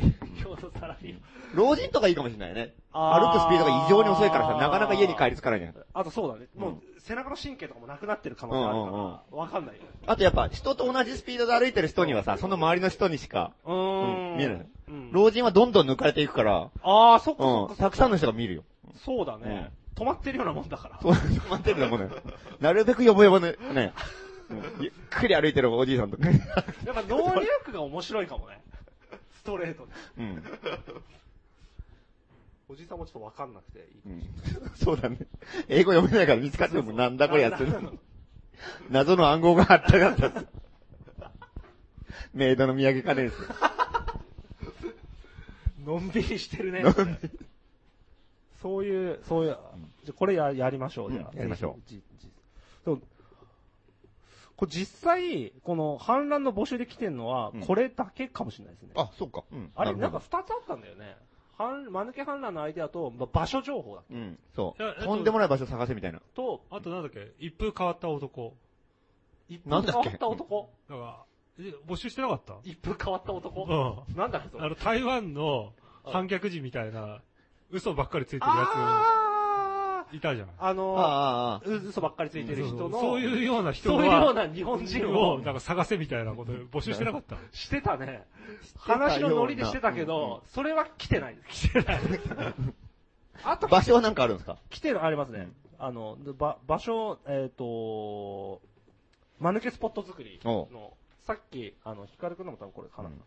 今日のサラリーマン
老人とかいいかもしれないね。
あ
歩くスピードが異常に遅いからさ、
ー
なかなか家に帰りつかないじゃん。
あとそうだね。も
う
う、背中の神経とかもなくなってる可能性ある
うんうん
から、わかんないよ。
あとやっぱ、人と同じスピードで歩いてる人にはさ、その周りの人にしか、
うー。
うんん見えない
うん
老人はどんどん抜かれていくから、
ああ、そっかそっ
う
か
ん、。たくさんの
人。
人が見るよ。
そうだね。止まってるようなもんだから。
そう、止まってるのもね。なるべくよぼよぼね、ね。うんゆっくり歩いてるおじいさんと か。
やっぱノーリュックが面白いかも ね。ストレートで。
うん。
おじさんもちょっとわかんなくていい。
うんそうだね。英語読めないから見つかってもなんだこれ やってる
なんだ。
謎の暗号があったかったっす。メイドの土産金です。
のんびりしてるね
のんび。
そういう、そういう、じゃあこれや、やりましょう、じゃあ。
うんやりましょ
う。じじそうこれ実際、この反乱の募集で来てるのは
うん、
これだけかもしれないですね。
あ、そうか。うん。
あれ、
る
なん
ほ
か
ど、
二つあったんだよね。反、間抜け反乱のアイデアと、ま場所情報だ
うん、そ
いやえっ
う。
と
とんでもない場所探せみたいな。
と、
あとなんだっけ一風変わった男。
一
なん
風変
だっ
わ
け
った男。
だから、え募集してなかった
一風変わった
う
男。
ん。
なんだっけ、そ
あ
れ。
の、台湾の反逆児みたいな、嘘ばっかりついてるや
あ
つ、いたじゃない。
ーあ
あ
の
あ、ああ、ああ。
う嘘ばっかりついてる人
そう
の、
そういうような人
そういうよう
は、
な日本人
を
を、
なんか探せみたいなこと募集してなか った。
してたね。話のノリでしてたけど、それは来てないです。来てない。あと、
場所はなんかあるんですか
来てる、ありますね。あの、ば、場所、えっ、と、間抜けスポット作りの、さっき、あの、光くんのも多分これかな。
うん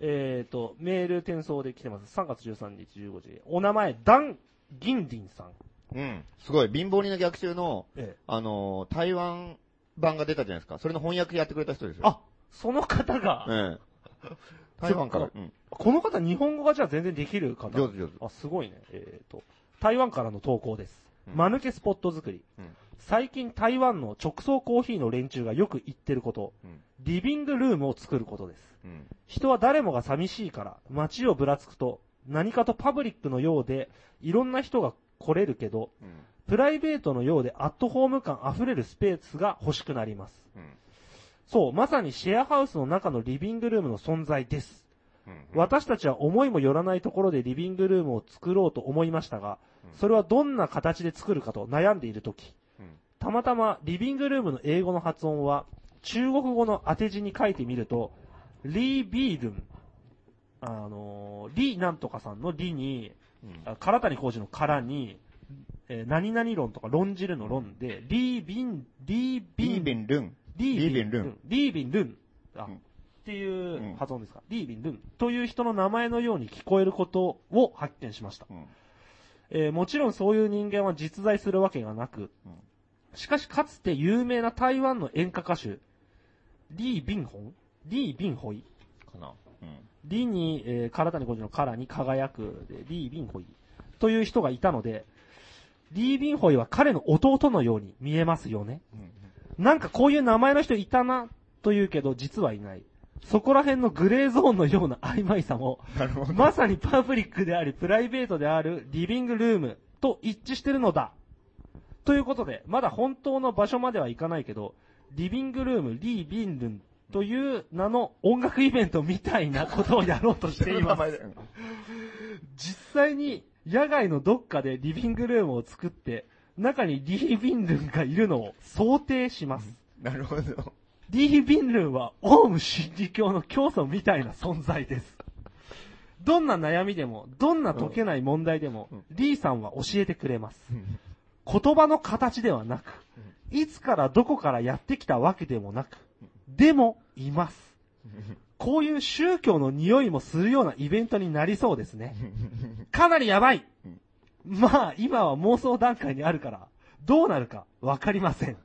えっ、と、メール転送で来てます。3月13日15時。お名前、ダン・ギンディンさん。
うん。すごい、貧乏人の逆襲の、
ええ
あのー、台湾版が出たじゃないですか。それの翻訳やってくれた人ですよ。
あ、その方が、
ええ。台湾から
そっ。
うん。
この方日本語がじゃあ全然できる方。
上手上手。
あ、すごいね。えっ、と、台湾からの投稿です。
うん
間抜けスポット作り。
うん
最近台湾の直送コーヒーの連中がよく言ってること。
うん
リビングルームを作ることです。
うん。
人は誰もが寂しいから、街をぶらつくと、何かとパブリックのようで、いろんな人が来れるけど、
うん。
プライベートのようでアットホーム感あふれるスペースが欲しくなります。
うん
そう、まさにシェアハウスの中のリビングルームの存在です。
うん。
私たちは思いもよらないところでリビングルームを作ろうと思いましたが
う、ん
それはどんな形で作るかと悩んでいるとき
うん、
たまたまリビングルームの英語の発音は、中国語の当て字に書いてみると、リービールン、あのー、リーなんとかさんのリに、
うん
あ唐谷浩二の空に、えー何々論とか論じるの論で、リービン、リービ
ビ
ン、
ンビンルン。
リ
リービンルン。
リービンルン。あ、
うん
って
う
いうん発音ですか。リービンルン。という人の名前のように聞こえることを発見しました。
うん
えーもちろんそういう人間は実在するわけがなく、
うん
しかしかつて有名な台湾の演歌歌手、リー・ビンホンリー・ビンホイ
かな。うん。
リに、えー、唐谷浩二のカラに輝く、でリー・ビンホイという人がいたので、リー・ビンホイは彼の弟のように見えますよね。なんかこういう名前の人いたな、というけど、実はいない。そこら辺のグレーゾーンのような曖昧さも、
なるほど。
まさにパブリックであり、プライベートである、リビングルームと一致してるのだ。ということで、まだ本当の場所まではいかないけど、リビングルーム、リービンルンという名の音楽イベントみたいなことをやろうとしています。
うん
実際に野外のどっかでリビングルームを作って、中にリービンルンがいるのを想定します。
なるほど。
リー・ビンルンはオウム真理教の教祖みたいな存在です。どんな悩みでも、どんな解けない問題でも、リーさんは教えてくれます。言葉の形ではなく、いつからどこからやってきたわけでもなく、でも、います。こういう宗教の匂いもするようなイベントになりそうで すね。かなりやばいまあ、今は妄想段階にあるから、どうなるかわかりません。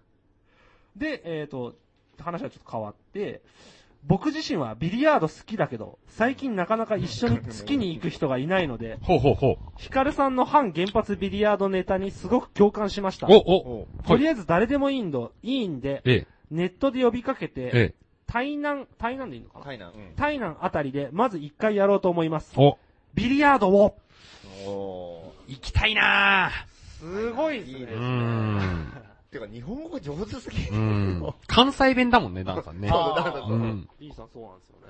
で、えっ、と、話はちょっと変わって、僕自身はビリヤード好きだけど、最近なかなか一緒に月に行く人がいないので、
ほうほうほう。
ヒカルさんの反原発ビリヤードネタにすごく共感しました。
お、お、
とりあえず誰でもいいんだ、いいんで、
ええ、
ネットで呼びかけて、
ええ。
台南、台南でいいのかな
はいな。うん。
台南あたりで、まず一回やろうと思います。
お、
ビリヤードを
お
行きたいな
すごいです
いい
ね
ね
ーうーん。
ー。てか、日本語が上手すぎ
うー ん。関西弁だもんね、ダンさんね。
そうだそうだ
う。
そうん
リーさんそうなんですよね。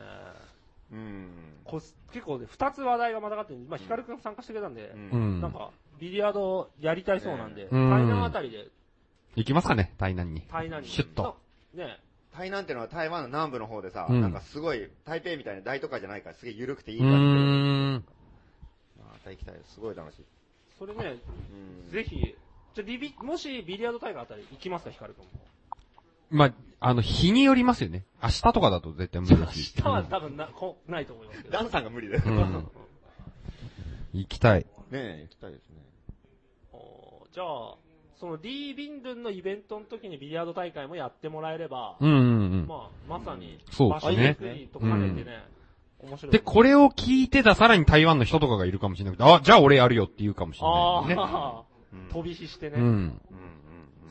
うん。
こす結構ね、二つ話題がまたがってるんでまあ、ヒカルくん参加してくれたんで、
う
なん
ん。
か、ビリヤードやりたいそうなんで、
ね
台南あたりで、
行きますかね、台南に。
台南に。
シュッと。
ね、
台南ってのは台湾の南部の方でさ、
うん
なんかすごい、台北みたいな大都会じゃないから、すげえ緩くていいう感じで。
ーん。
また行きたいです。すごい楽しい。
それね、
うん
ぜひ、じゃあリビ、もしビリヤード大会あたり行きますか、ヒカルくんも。
まあ、あの、日によりますよね。明日とかだと絶対無理だし。
明日は多分な、こないと思いますけど。
ダンさんが無理だよ。
うん。う
ね
ん行きたい。
え、行きたいですね。
おーじゃあ、そのリー・ビンドゥンのイベントの時にビリヤード大会もやってもらえれば、
うんうんうん。
まあ、まさに、
そうですね
場所作りと兼ねてね、面白い。
で、これを聞いてたさらに台湾の人とかがいるかもしれなくて、あ、じゃあ俺やるよって言うかもしれ
あ
な
あ、
いね。
飛び火してね。
うん。
うん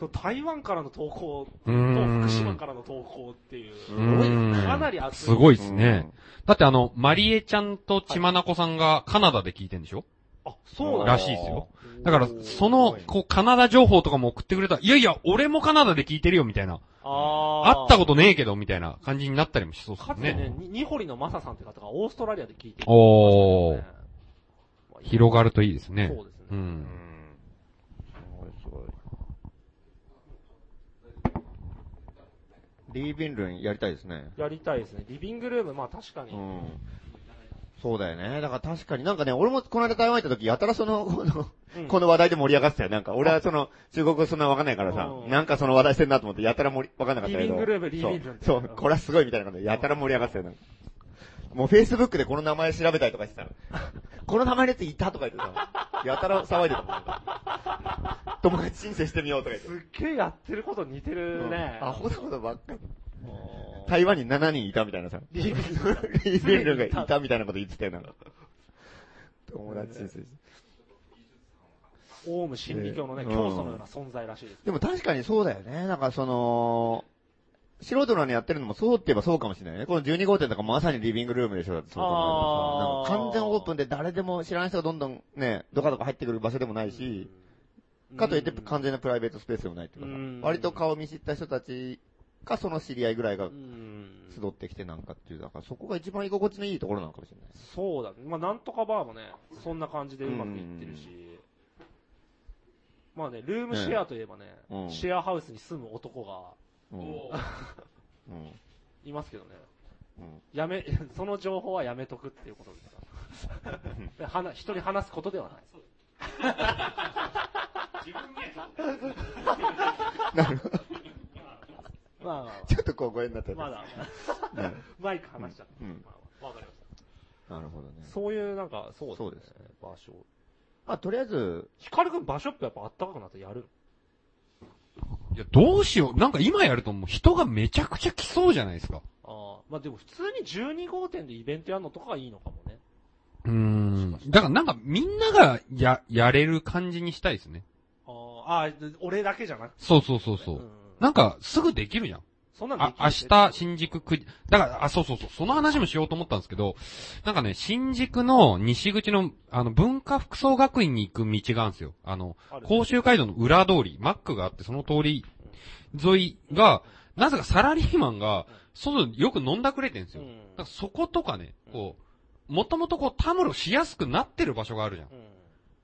そう台湾からの投稿
う
と
ん。
福島からの投稿っていう、
うん
かなり熱い。
すご
い。
いですね。だってあの、マリエちゃんとちまなこさんがカナダで聞いてんでしょ
あ、そうなん
ら
だ。
しいですよ。だから、その
すごい、
こう、カナダ情報とかも送ってくれたら、いやいや、俺もカナダで聞いてるよ、みたいな。
あー
会ったことねえけど、みたいな感じになったりもしそうで
か
す
つて
ね
ね。、にニホリのマサさんって方がオーストラリアで聞いてる、
おー
ね。まあ
広がるといいですね。
そうですね
ん
うん。すごい、すごい。リービンルンやりたいですね。
やりたいですね。リビングルーム、まあ確かに。
うん。そうだよね。だから確かになんかね、俺もこの間台湾行った時、やたらその、この、
うん
この話題で盛り上がってたよ。なんか、俺はその、中国語そんなわかんないからさ
う、ん
なんかその話題してんなと思って、やたら盛り、わかんなかったけど。
リビングルームリービングルーム
そう、そうこれはすごいみたいな感じで、やたら盛り上がってたよ。なんかもう Facebook でこの名前調べたりとかし てたの。この名前のやついたとか言ってたの。やたら騒いでたもんなんか。友達申請してみようとか言って
す。っげえやってること似てるね。
アホなことばっかり。台湾に7人いたみたいなさ。リーベルがいたみたいなこと言ってたよなんか。友達申請して。
オウム真理教のね、
うん
教祖のような存在らしいです。
でも確かにそうだよね。なんかその、素人なのにやってるのもそうって言えばそうかもしれないね。この12号店とかまさにリビングルームでしょ。だってそう考えたらさ
あー
なんか完全オープンで誰でも知らない人がどんどんね、ドカドカ入ってくる場所でもないし、かといって
うん
完全なプライベートスペースでもないっていうかさ
うん
割と顔見知った人たちかその知り合いぐらいが
うん
集ってきてなんかっていう、だからそこが一番居心地のいいところなのかもしれない。
そうだね。まあ、なんとかバーもね、そんな感じでうまくいってるし。まあね、ルームシェアといえばね、
うん
シェアハウスに住む男が
うん。うん
いますけどね。
うん
やめ、 その情報はやめとくっていうことですか話人に話すことではない。
なるほど。
まあまあま
ちょっと小声になって
あ、まだ、
ね
マイク離しちゃった。
うん
まあまあわかりまし
なるほどね
た。。そういう、なんか、そうです
そ
ね。
うです
場所。
まあとりあえず、
ヒカルくん場所ってやっぱあったかくなってやる。
いや、どうしよう。なんか今やるともう人がめちゃくちゃ来そうじゃないですか。
ああ。まあでも普通に12号店でイベントやるのとかがいいのかもね。
うーん。だからなんかみんながや、やれる感じにしたいですね。
ああ、で俺だけじゃなくて。
そうそうそうそうう。
ん
なんかすぐできるじゃん。
そんなので
あ
き、
明
る
日、新宿区、だから、あ、そうそうそう、その話もしようと思ったんですけど、なんかね、新宿の西口の、あの、文化服装学院に行く道があるんですよ。あの、
ある
甲州街道の裏通り、マックがあって、その通り沿いが、なぜかサラリーマンが、外でよく飲んだくれてるんですよ。
うん
だからそことかね、こう、もともとこう、たむろしやすくなってる場所があるじゃん。
うん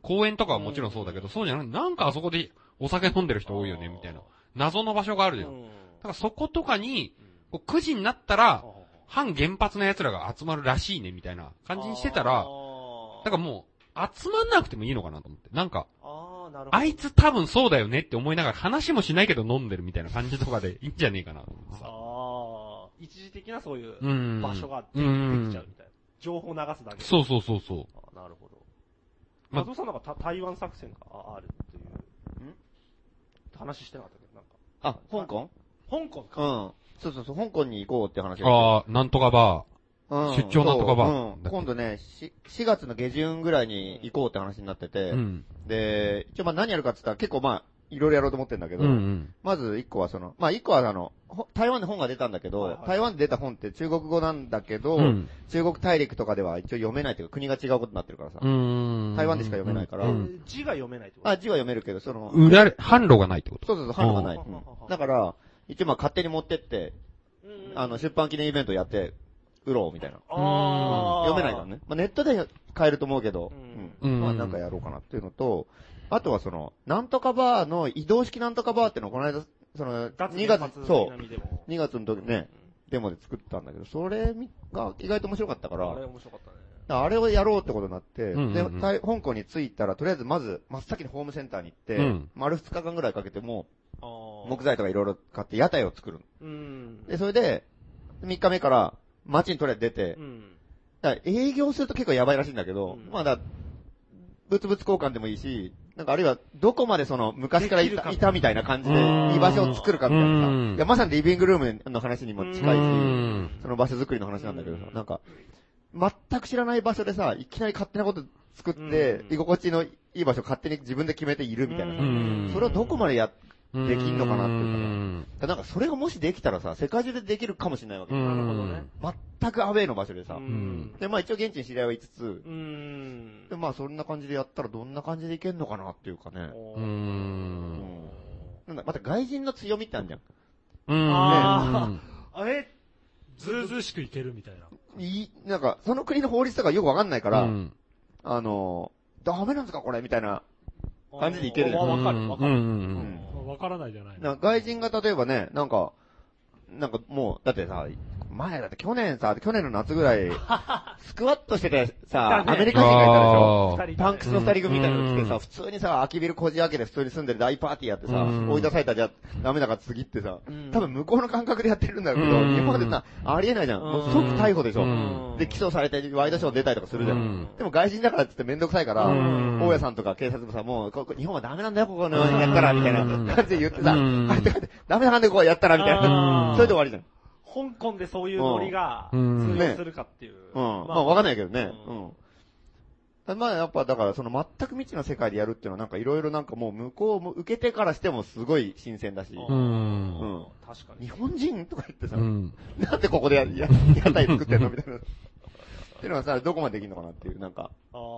公園とかはもちろんそうだけど、そうじゃなくて、なんかあそこでお酒飲んでる人多いよね、みたいな。謎の場所があるじゃん。だ
うん
からそことかに、こう9時になったら、反原発の奴らが集まるらしいね、みたいな感じにしてたら、だからもう、集まんなくてもいいのかなと思って。なんか、
ああ、なるほど。
あいつ多分そうだよねって思いながら話もしないけど飲んでるみたいな感じとかでいいんじゃねえかなと思ってさ。
ああ、一時的なそういう
うーん。
場所が
う
できちゃうみ
ん
たいな。。情報流すだけで。
そうそうそうそう。
あーなるほど。
ま
松尾さんなんかた台湾作戦がああるとい
ん
う。話してなかったけど、なんか。
あ、香港
香港
う
か。
ん。そうそうそう、香港に行こうって話
ああ、なんとかば、
うん
出張なんとかば
そううん今度ね、し4月の下旬ぐらいに行こうって話になってて、
うん。
で、一応まあ何やるかって言ったら結構まあ、いろいろやろうと思ってんだけ
う
ど、
んうん。
まず1個はその、まあ1個はあの、ほ台湾で本が出たんだけど、
はいはい
台湾で出た本って中国語なんだけど、
うん。
中国大陸とかでは一応読めないというか国が違うことになってるからさ。
うん。
台湾でしか読めないから
う
え
ん。
ー字が読めないってこと
まあ字は読めるけど、その、
売られ、販路がないってこと
そうそうそう、反応がない。
う
うんんだから、一応まあ勝手に持ってって、
うん
あの、出版記念イベントやって、売ろうみたいな。
ああ。
読めないからね。まあ、ネットで買えると思うけど、
う
うんんまあ、なんかやろうかなっていうのと、あとはその、なんとかバーの移動式なんとかバーっていうのをこの間、その、
脱
2
原
月
発、の
そ
南でも。
う、2月の時ね、デモで作ったんだけど、それが意外と面白かったか
あれ
ら、
面白かったね。
あれをやろうってことになって、
うんうんうん
で、台香港に着いたら、とりあえずまず、真っ先にホームセンターに行って、
うん
丸2日間ぐらいかけても
あ
う、
あ。
木材とかいろいろ買って屋台を作るの。
うん。
で、それで、3日目から、街にとりあえず出て、
うん。
だから営業すると結構やばいらしいんだけど、
うん
まあだ、物々交換でもいいし、なんかあるいはどこまでその昔からい
できるか
たいたみたいな感じ
う
で
ん
居場所を作るかみたいなさ
うん
いや、まさにリビングルームの話にも近いし
うん、
その場所作りの話なんだけどさ
う、ん
なんか、全く知らない場所でさ、いきなり勝手なこと作って
う、ん
居心地のいい場所勝手に自分で決めているみたいなさ
うん、
それをどこまでや、
うん
できんのかなっていうか
うん
なんかそれがもしできたらさ、世界中でできるかもしれないわけ。
うん
なるほどね。
全くアウェイの場所で
う
さ。
ん。
で、まあ一応現地に知り合いはいつつ、
うん
で、。まあそんな感じでやったらどんな感じでいけるのかなっていうかね。
う。
うんん。なんだ、また外人の強みってあるじゃ
うん。
あ
ね
あれ
ずうずうしくいけるみたいな。
ん。いい、なんか、その国の法律とかよくわかんないから、
うん
あの、ダメなんですかこれみたいな。感じでいける
あ
よ
ーわかる、わか
う
る。
んうん
ん
わからないじゃない
なんか外人が例えばね、なんか、なんかもう、だってさ、前だって去年さ、去年の夏ぐら い、スクワットしててさ
い、たね
アメリカ人がいたでしょ
あー
二人
パンクスの二人組みたいなの来て
う
さ、
ん
普通にさ、空きビルこじ開けて普通に住んでる大パーティーやってさ
うん、
追い出されたじゃダメだから次ってさ
うん、
多分向こうの感覚でやってるんだけど、
うん
日本でさ、ありえないじゃん。
うん
もう即逮捕でし
う
ょ
ん。
で、起訴されてワイドショー出たりとかするじゃ
うん
ん。でも外人だからって言ってめんどくさいから、
うん
大家さんとか警察もさ、もう、ここ日本はダメなんだよ、ここのやったら、みたいな感じで言ってさ、
うん
帰って帰って、ダメだ、なんでこうやったら、みたい
うん
な。それで終わりじゃん。
香港でそういうノリが通
うん
用するかっていう。
うん。まあ、わかんないけどね。
う
うん。ただまあ、やっぱ、だから、その全く未知の世界でやるっていうのは、なんかいろいろなんかもう向こうも受けてからしてもすごい新鮮だし、
う。
うん
う
うん
ん。
確かに。
日本人とか言ってさ、
うん。
なんでここでや、 や、屋台作ってんのみたいな。っていうのはさ、どこまでできるのかなっていう、なんか、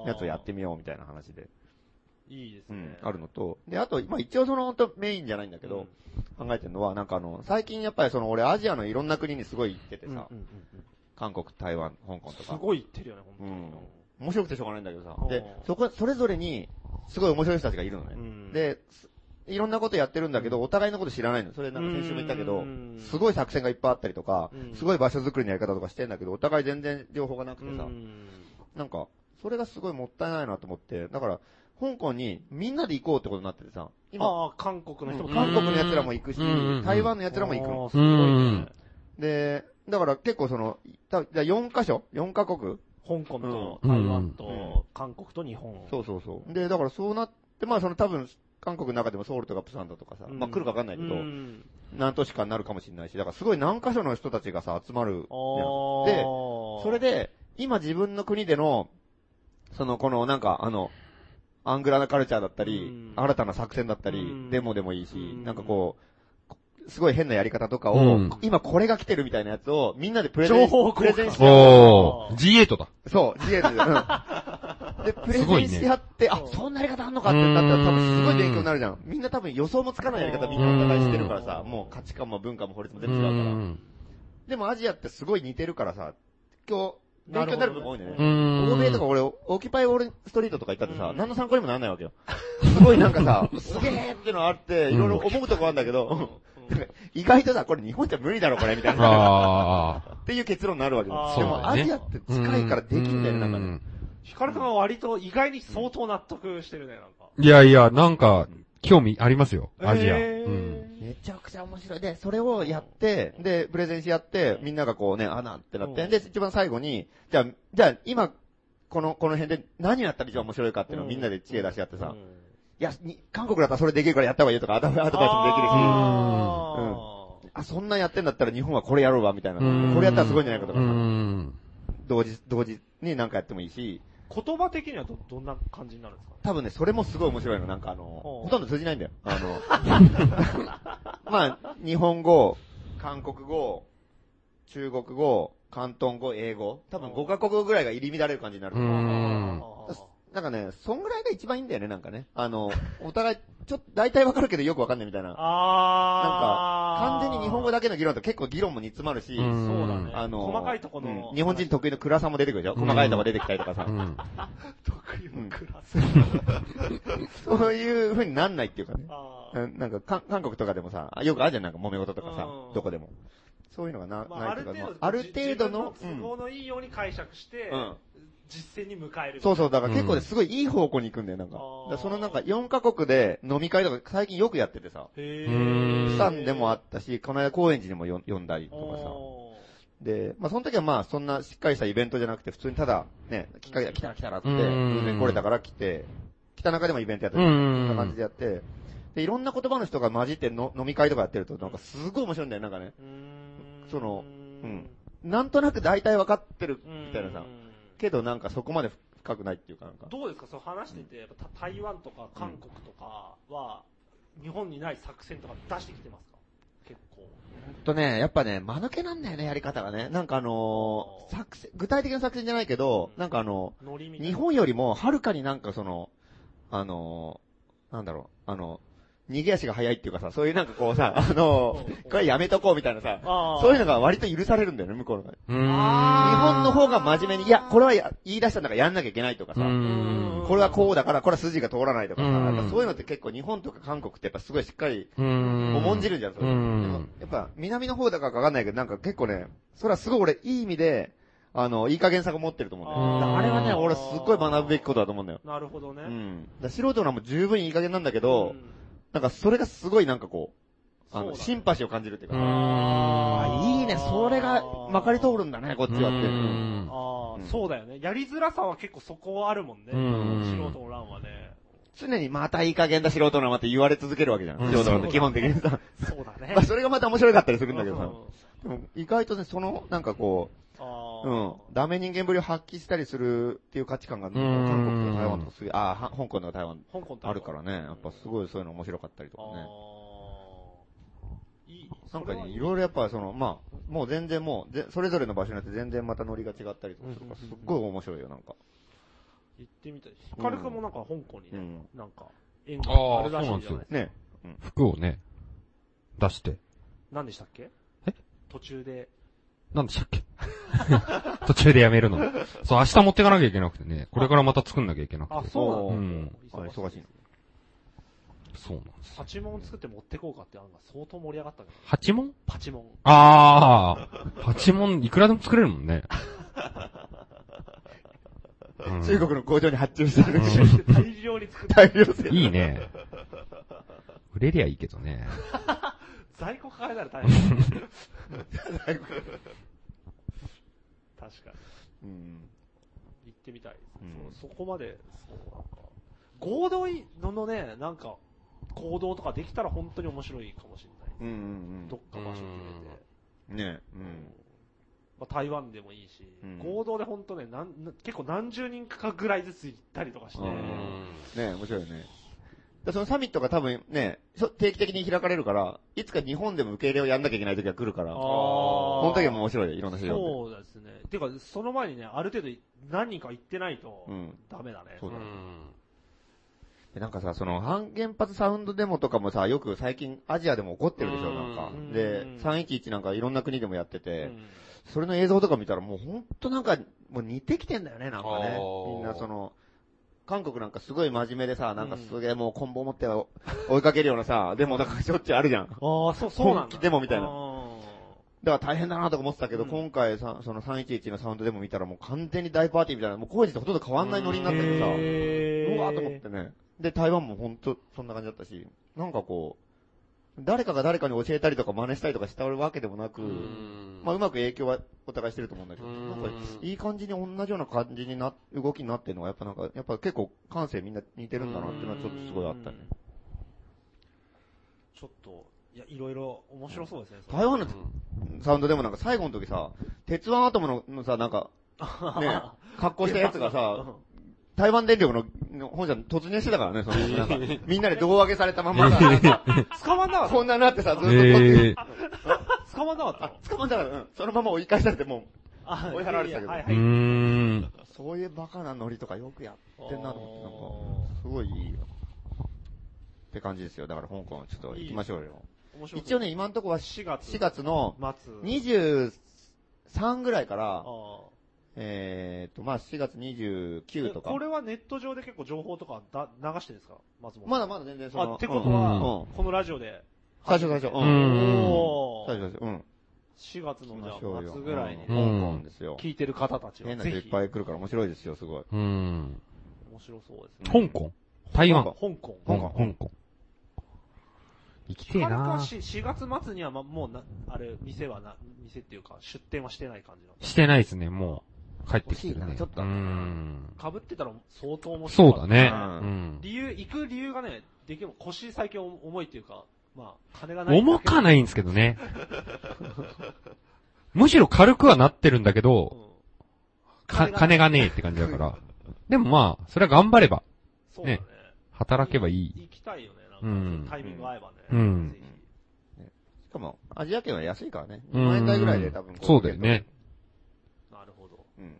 やつをやってみようみたいな話で、
いいです
う
ね。
ん、あるのと、で、あと、まあ一応その、本当メインじゃないんだけど、考えてるのは、なんかあの、最近やっぱりその、俺アジアのいろんな国にすごい行ってて
うんうん
さ
う、んうん
韓国、台湾、香港と
す
か。
ごい言ってるよね、本当
う
に
ん。面白くてしょうがないんだけどさ
う。ん
で、そこ、それぞれに、すごい面白い人たちがいるの
う
ね。
ん、
で、すいろんなことやってるんだけど、お互いのこと知らないの。それなんか先週も言ったけど、すごい作戦がいっぱいあったりとか
う、ん
すごい場所作りのやり方とかしてんだけど、お互い全然情報がなく
う
てさ、
ん。
なんか、それがすごいもったいないなと思って、だから、香港にみんなで行こうってことになっててさ、今、
ああ、韓国の人も
韓国の奴らも行くし
うん、
台湾の奴らも行くの。
あーすごいね。
で、だから結構その、た4カ所 ?4 カ国
香港と
うん
台湾
うん
と韓国と日本。
そうそうそう。で、だからそうなって、まあその多分、韓国の中でもソウルとかプサンだとかさ、
うん
まあ来るかわかんないけど、
うん
何都市かになるかもしれないし、だからすごい何箇所の人たちがさ、集まる。
あ
で
ー
それ、で、今自分の国での、その、このなんか、あの、アングラなカルチャーだった
う
り、
ん
新たな作戦だったり、
うん
デモでもいいし、
うん
なんかこう、すごい変なやり方とかを、
うん
今これが来てるみたいなやつを、みんなでプレゼン
情報
プ
交換
レゼンし合う。
おー、G8 だ。
そう、自衛で。うんで、プレ
すご
ゼ
い
ン
ね
し合って、あ、そんなやり方あんのかってなったら多分すごい勉強になるじゃん。みんな多分予想もつかないやり方みんなお互いしてるからさ、
うん
もう価値観も文化も法律も
う
全部違うから。
ん。
でもアジアってすごい似てるからさ、今日、勉強になる部分多いんだよね。
うん。
欧米とか俺、オキパイオールストリートとか行ったってさ、何の参考にもならないわけよ。すごいなんかさ、すげえってのあって、いろいろ思うとこあるんだけど、意外とさ、これ日本じゃ無理だろ、これ、みたいな。
ああ。
っていう結論になるわけで
あー
す。でもアジアって 近いからできんだよね、なんかね。
ヒカルさんは割と意外に相当納得してるね、なんか。
いやいや、なんか、興味ありますよ、アジア。
えー
うん。
めちゃくちゃ面白い。で、それをやって、で、プレゼンしやって、みんながこうね、あなってなっ
う
て、
ん
で、一番最後に、じゃあ、じゃあ、今、この、この辺で何やったら一番面白いかっていうのをみんなで知恵出し合ってさ、いや、に韓国だったらそれできるからやった方がいいよとか、アドバイスもできるし、
あー
あ、そんなんやってんだったら日本はこれやろうわ、みたいな。
うん
これやったらすごいんじゃないかとか
う
さ、
ん。
同時、同時になんかやってもいいし、
言葉的にはど、どんな感じになるんですかね
多分ね、それもすごい面白いの。なんかあの、
ほう
ほとんど通じないんだよ。あの、 まあ、日本語、韓国語、中国語、広東語、英語。多分
ほ
5
う
カ国語ぐらいが入り乱れる感じになる。
うん。
なんかね、そんぐらいが一番いいんだよね、なんかね。あの、お互い、ちょっと、大体わかるけどよくわかんないみたいな。
あー
完全に日本語だけの議論だと結構議論も煮詰まるし、
うん
そうだね。
あの、
細かいとこの、
うん日本人得意の暗さも出てくるでしょ
うん
細かいとこ出てきたりとかさ
う。ん。
得意のクラス。
そういう風になんないっていうかね。
あー
ななんかか、韓国とかでもさ、よくあるじゃん、なんか揉め事とかさ
うん、
どこでも。そういうのがな、
ま
な
あ、あ
い
る
という
程度
か、ま、あある程度の
自、分都合のいいように解釈して、
うんうん
実践に迎える。
そう
う。
そう、だから結構ね、すごいいい方向に行くんだよ、なんか。
あ
だ
ー
からそのなんか、4カ国で飲み会とか最近よくやっててさ、
へ
うん
ー。
プサンでもあったし、この間高円寺にもよ呼んだりとかさ。
おー
で、まあその時はまあ、そんなしっかりしたイベントじゃなくて、普通にただ、ね、きっかけ来たら来たらっつって、
うん
偶然来れたから来て、来た中でもイベントやって
う。
たりそんなん感じでやって、で、いろんな言葉の人が混じっての飲み会とかやってると、なんかすごい面白いんだよ、なんかね。
うーん
そのうんなんとなく大体分かってるみたいなさ
う。ん
けどなんかそこまで深くないっていうかなんか。
どうですか、その話してて、やっぱた台湾とか韓国とかは、日本にない作戦とか出してきてますか結構。
とね、やっぱね、間抜けなんだよね、やり方がね。なんかあの
あー
ー作戦、具体的な作戦じゃないけど、
うん
なんかあの
ノリみたいな。
日本よりもはるかになんかその、あのーなんだろう、あの、逃げ足が速いっていうかさ、そういうなんかこ うさ、あの、これやめとこうみたいなさ、
ああ。
そういうのが割と許されるんだよね、向こうの方が。
うーん。
日本の方が真面目に、いや、これはや言い出したんだからやんなきゃいけないとか
う
さ、
ーん。
これはこうだから、これは筋が通らないとかさ、
うん
やっぱそういうのって結構日本とか韓国ってやっぱすごいしっかり
うーん。
重んじるじゃん、それ
う
で
ん
もやっぱ南の方だからかわかんないけど、なんか結構ね、それはすごい俺いい意味で、あの、いい加減さが持ってると思うんだよ。
うん
だからあれはね、俺すっごい学ぶべきことだと思うんだよ。
なるほどね。
うん。だから素人ならもう十分いい加減なんだけど、
うん
なんかそれがすごいなんかこう、
そ
あ
う
の、
だね
シンパシーを感じるっていう
うー
か、
ん。
あいいね、それがまかり通るんだね、こっちはって。
うーん
ああ、
うん
そうだよね。やりづらさは結構そこはあるもんね。
うん
素人の欄はね。
常にまたいい加減だ素人なまって言われ続けるわけじゃん。
うん
素人なんて基本的にさ。
そうだね
まあ。それがまた面白かったりするんだけど
う
さ
ん。
でも意外とね、その、なんかこ
あ
う、うん、ダメ人間ぶりを発揮したりするっていう価値観が、
ん
韓国とか台湾とかすげえ、あは香港とか台湾
あ。香港と
あるからね、やっぱすごいそういうの面白かったりとか
あ
ね。
あ。いい。
なんかね、い
色
ろいろやっぱその、まあ、もう全然もう、ぜそれぞれの場所によって全然またノリが違ったりとかするから、すっごい面白いよ、なんか。
行ってみたい。ヒカル君もなんか香港に
う
ね、
ん。
なんか、縁があるらしいじゃないですか。
ね。
服をね、出して。
何でしたっけ
え
途中で。
なんでしたっけ 途中でやめるの。そう、明日持ってかなきゃいけなくてね、これからまた作んなきゃいけなくて。
あ、そう
う
なん
ん
だ。
あ忙しいの。
そうなんです。
パチモン作って持ってこうかって案が相当盛り上がったけど。
八問
パチモン。
ああ、パチモンいくらでも作れるもんね。うん
中国の工場に発注してる。
大量に作って、
大量生産。
いいね。売れりゃいいけどね。
在庫抱えたら大 変。確かに。
うん。
行ってみたいです、
うん
そうそこまで、そうなんか、合同ののね、なんか、行動とかできたら本当に面白いかもしれない。
うん
どっか場所決めて。
うん。ね
まあ、台湾でもいいし、
うん
合同で本当ねなん、な結構何十人かぐらいずつ行ったりとかして、
うんね面白いよね。だからそのサミットが多分ね、しょ定期的に開かれるから、いつか日本でも受け入れをやんなきゃいけない時が来るから、
あー
この時はもう面白いよ、いろんな資料
そうですね。てか、その前にね、ある程度何人か行ってないと
で。う、ん。
ダメだね。
そうだね。でなんかさ、その、反原発サウンドデモとかもさ、よく最近アジアでも起こってるでしょ、なんか
う。ん
で、311なんかいろんな国でもやってて、
うん
それの映像とか見たらもうほんとなんか、もう似てきてんだよね、なんかね
あ。ー
みんなその、韓国なんかすごい真面目でさ、なんかすげえもう棍棒持って 追いかけるようなさ、でもなんかしょっちゅうあるじゃん。だか
ああ、そう、そうなん
本
だ。
気でもみたいな
あー
ら大変だなとか思ってたけど、
うん
今回さ、その311のサウンドでも見たらもう完全に大パーティーみたいな、もう工事とほとんど変わんないノリになっててさ、
へー
うわーと思ってね。で、台湾もほんとそんな感じだったし、なんかこう、誰かが誰かに教えたりとか真似したりとかしたわけでもなく、まあ、うまく影響はお互いしてると思うんだけど、
うん
なんか、いい感じに同じような感じにな、動きになってるのは、やっぱなんか、やっぱ結構感性みんな似てるんだなっていうのはちょっとすごいあったね。
ちょっと、いや、いろいろ面白そうですね。
台湾のサウンドでもなんか最後の時さ、鉄腕アトムののさ、なんか、ね、格好したやつがさ、台湾電力のの本社に突入してたからね、その、なんか、みんなで胴上げされたまんまさ、
捕まんなかっ
こんなになってさ、ずっとこっ
ええ
た。捕まんなかったの
ち、捕まんだから、うん、そのまま追い返されてもう、
あ
追い払われてたけど
はいは
うー
い。
ん。
そういうバカなノリとかよくやってんなと思って、なんか、すごいいいよ。って感じですよ。だから香港、ちょっと行きましょうよ。
面白い
一応ね、、今のとこは4
4月。
月の
末。
23ぐらいか
あ
ら、
ー
えーっと、まあ4月29と
え
か
こ。れはネット上で結構情報とかだ流してるんですか松本。
まだまだ全然そ
あ、
の、
ってこと
うん
は、
うん
このラジオで。
最初最初、う。
うんん
お
最
ー
初最初、うん。
4月
行きま
の
しょう
じゃ
よ
あ末ぐらいに
う
ね
ん香港ですよ。
聞いてる方たちは
変な
ぜ
人いっ
ひ、
ぱ
面
い来るから面白いですよ、すごい。
うん。
白そうですね。
香港台湾
香港。
香
香
港
港
香港。行きてえ
なかなか
な
し4月末にはまもうな、あれ、店はな、店っていうか、出店はしてない感じなの。
してないですね、もう。帰ってきてる
欲し
ね。
いなちょっと
うーん。
被ってたら相当面白
そ
いう
だね。
うん
うん。
理由、行く理由がね、できれば腰最近重いっていうか、まあ、金がない。
重か
い。
ないんですけど ね。むしろ軽くはなってるんだけ
う
ど、
ん。
か、金がねえって感じだから。でもまあ、それは頑張れば、
そうだね
ね。働けばいい。
行きたいよね、な
うんん
か、タイミング合えばね。
うん
ぜひ
しかも、アジア圏は安いからね。
う
2
ん
万円台ぐらいで多分。
そうだよね。
なるほど。
うん。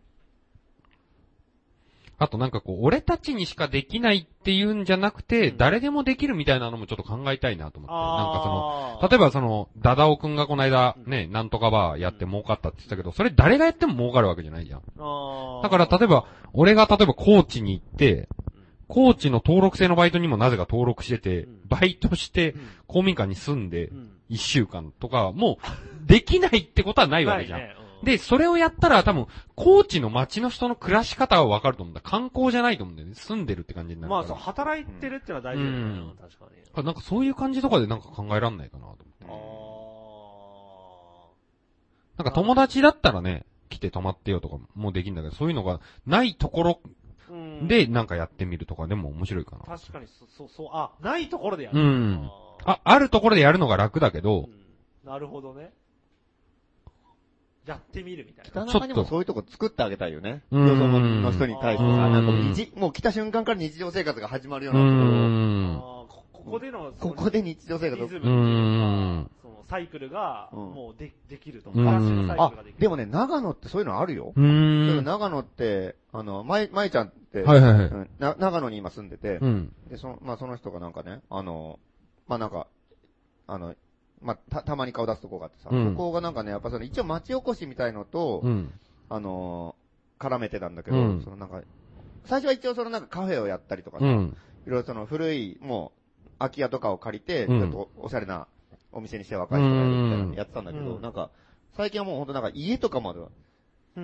あとなんかこう、俺たちにしかできないっていうんじゃなくて、
うん
誰でもできるみたいなのもちょっと考えたいなと思って。なんかその、
あ
例えばその、ダダオくんがこの間ね、なんとかバーやって儲かったって言ってたけど、それ誰がやっても儲かるわけじゃないじゃん。
ば
だから例えば、俺が例えば高知に行って、高知の登録制のバイトにもなぜか登録してて
ん、
バイトして
うん、
公民館に住んで
う、ん。
一週間とか、もう、できないってことはないわけじゃん。
ないねうん
で、それをやったら多分、高知の街の人の暮らし方はわかると思うんだ。観光じゃないと思うんだよね。住んでるって感じになるか
ま
ら。
あ、そう、働いてるってのは大事だよね。
うん
確かに。
あなんかそういう感じとかでなんか考えらんないかなと思って。
あ
なんか友達だったらね、来て泊まってよとかもできるんだけど、そういうのがないとこ
ーうん
ろでなんかやってみるとかでも面白いかな。
確かに、そそう、そう、あ、ないところでや
う
る。
ん。
あ
あ、あるところでやるのが楽だけ
ー、
ど
う、んなるほどね。やってみるみたいな。
北中にもそういうとこ作ってあげたいよね。
うん
よその人に対してさ、
うん
なんかもう日もう来た瞬間から日常生活が始まるよ
う
う
ー
なところを
ん。
あーこここでの、
ここで日常生活
リ
を
ズム。っ
う
ていうか
ん。
そのサイクルが、
うん
もうで、できると。
うん
暮らしのサイ
あ
クルができる。、
でもね、長野ってそういうのあるよ。
う
例えば
ーん。
長野って、あの、まい、まいちゃんって、
はいはいは
う
い。
んな長野に今住んでて、
うん。
で、その、まあ、その人がなんかね、あの、まあ、なんか、あの、まあ、た、たまに顔出すとこがあってさ、
うん
そこがなんかね、やっぱその、一応町おこしみたいのと、
うん。
あのー絡めてたんだけど、
うん
そのなんか、最初は一応そのなんかカフェをやったりとかさ、
う
い
ん。
ろいろその古い、もう、空き家とかを借りて、
うん
ちょっとおしゃれなお店にして若い人がいるみたいなのやってたんだけど、
うん
なんか、最近はもう本当なんか家とかまでは、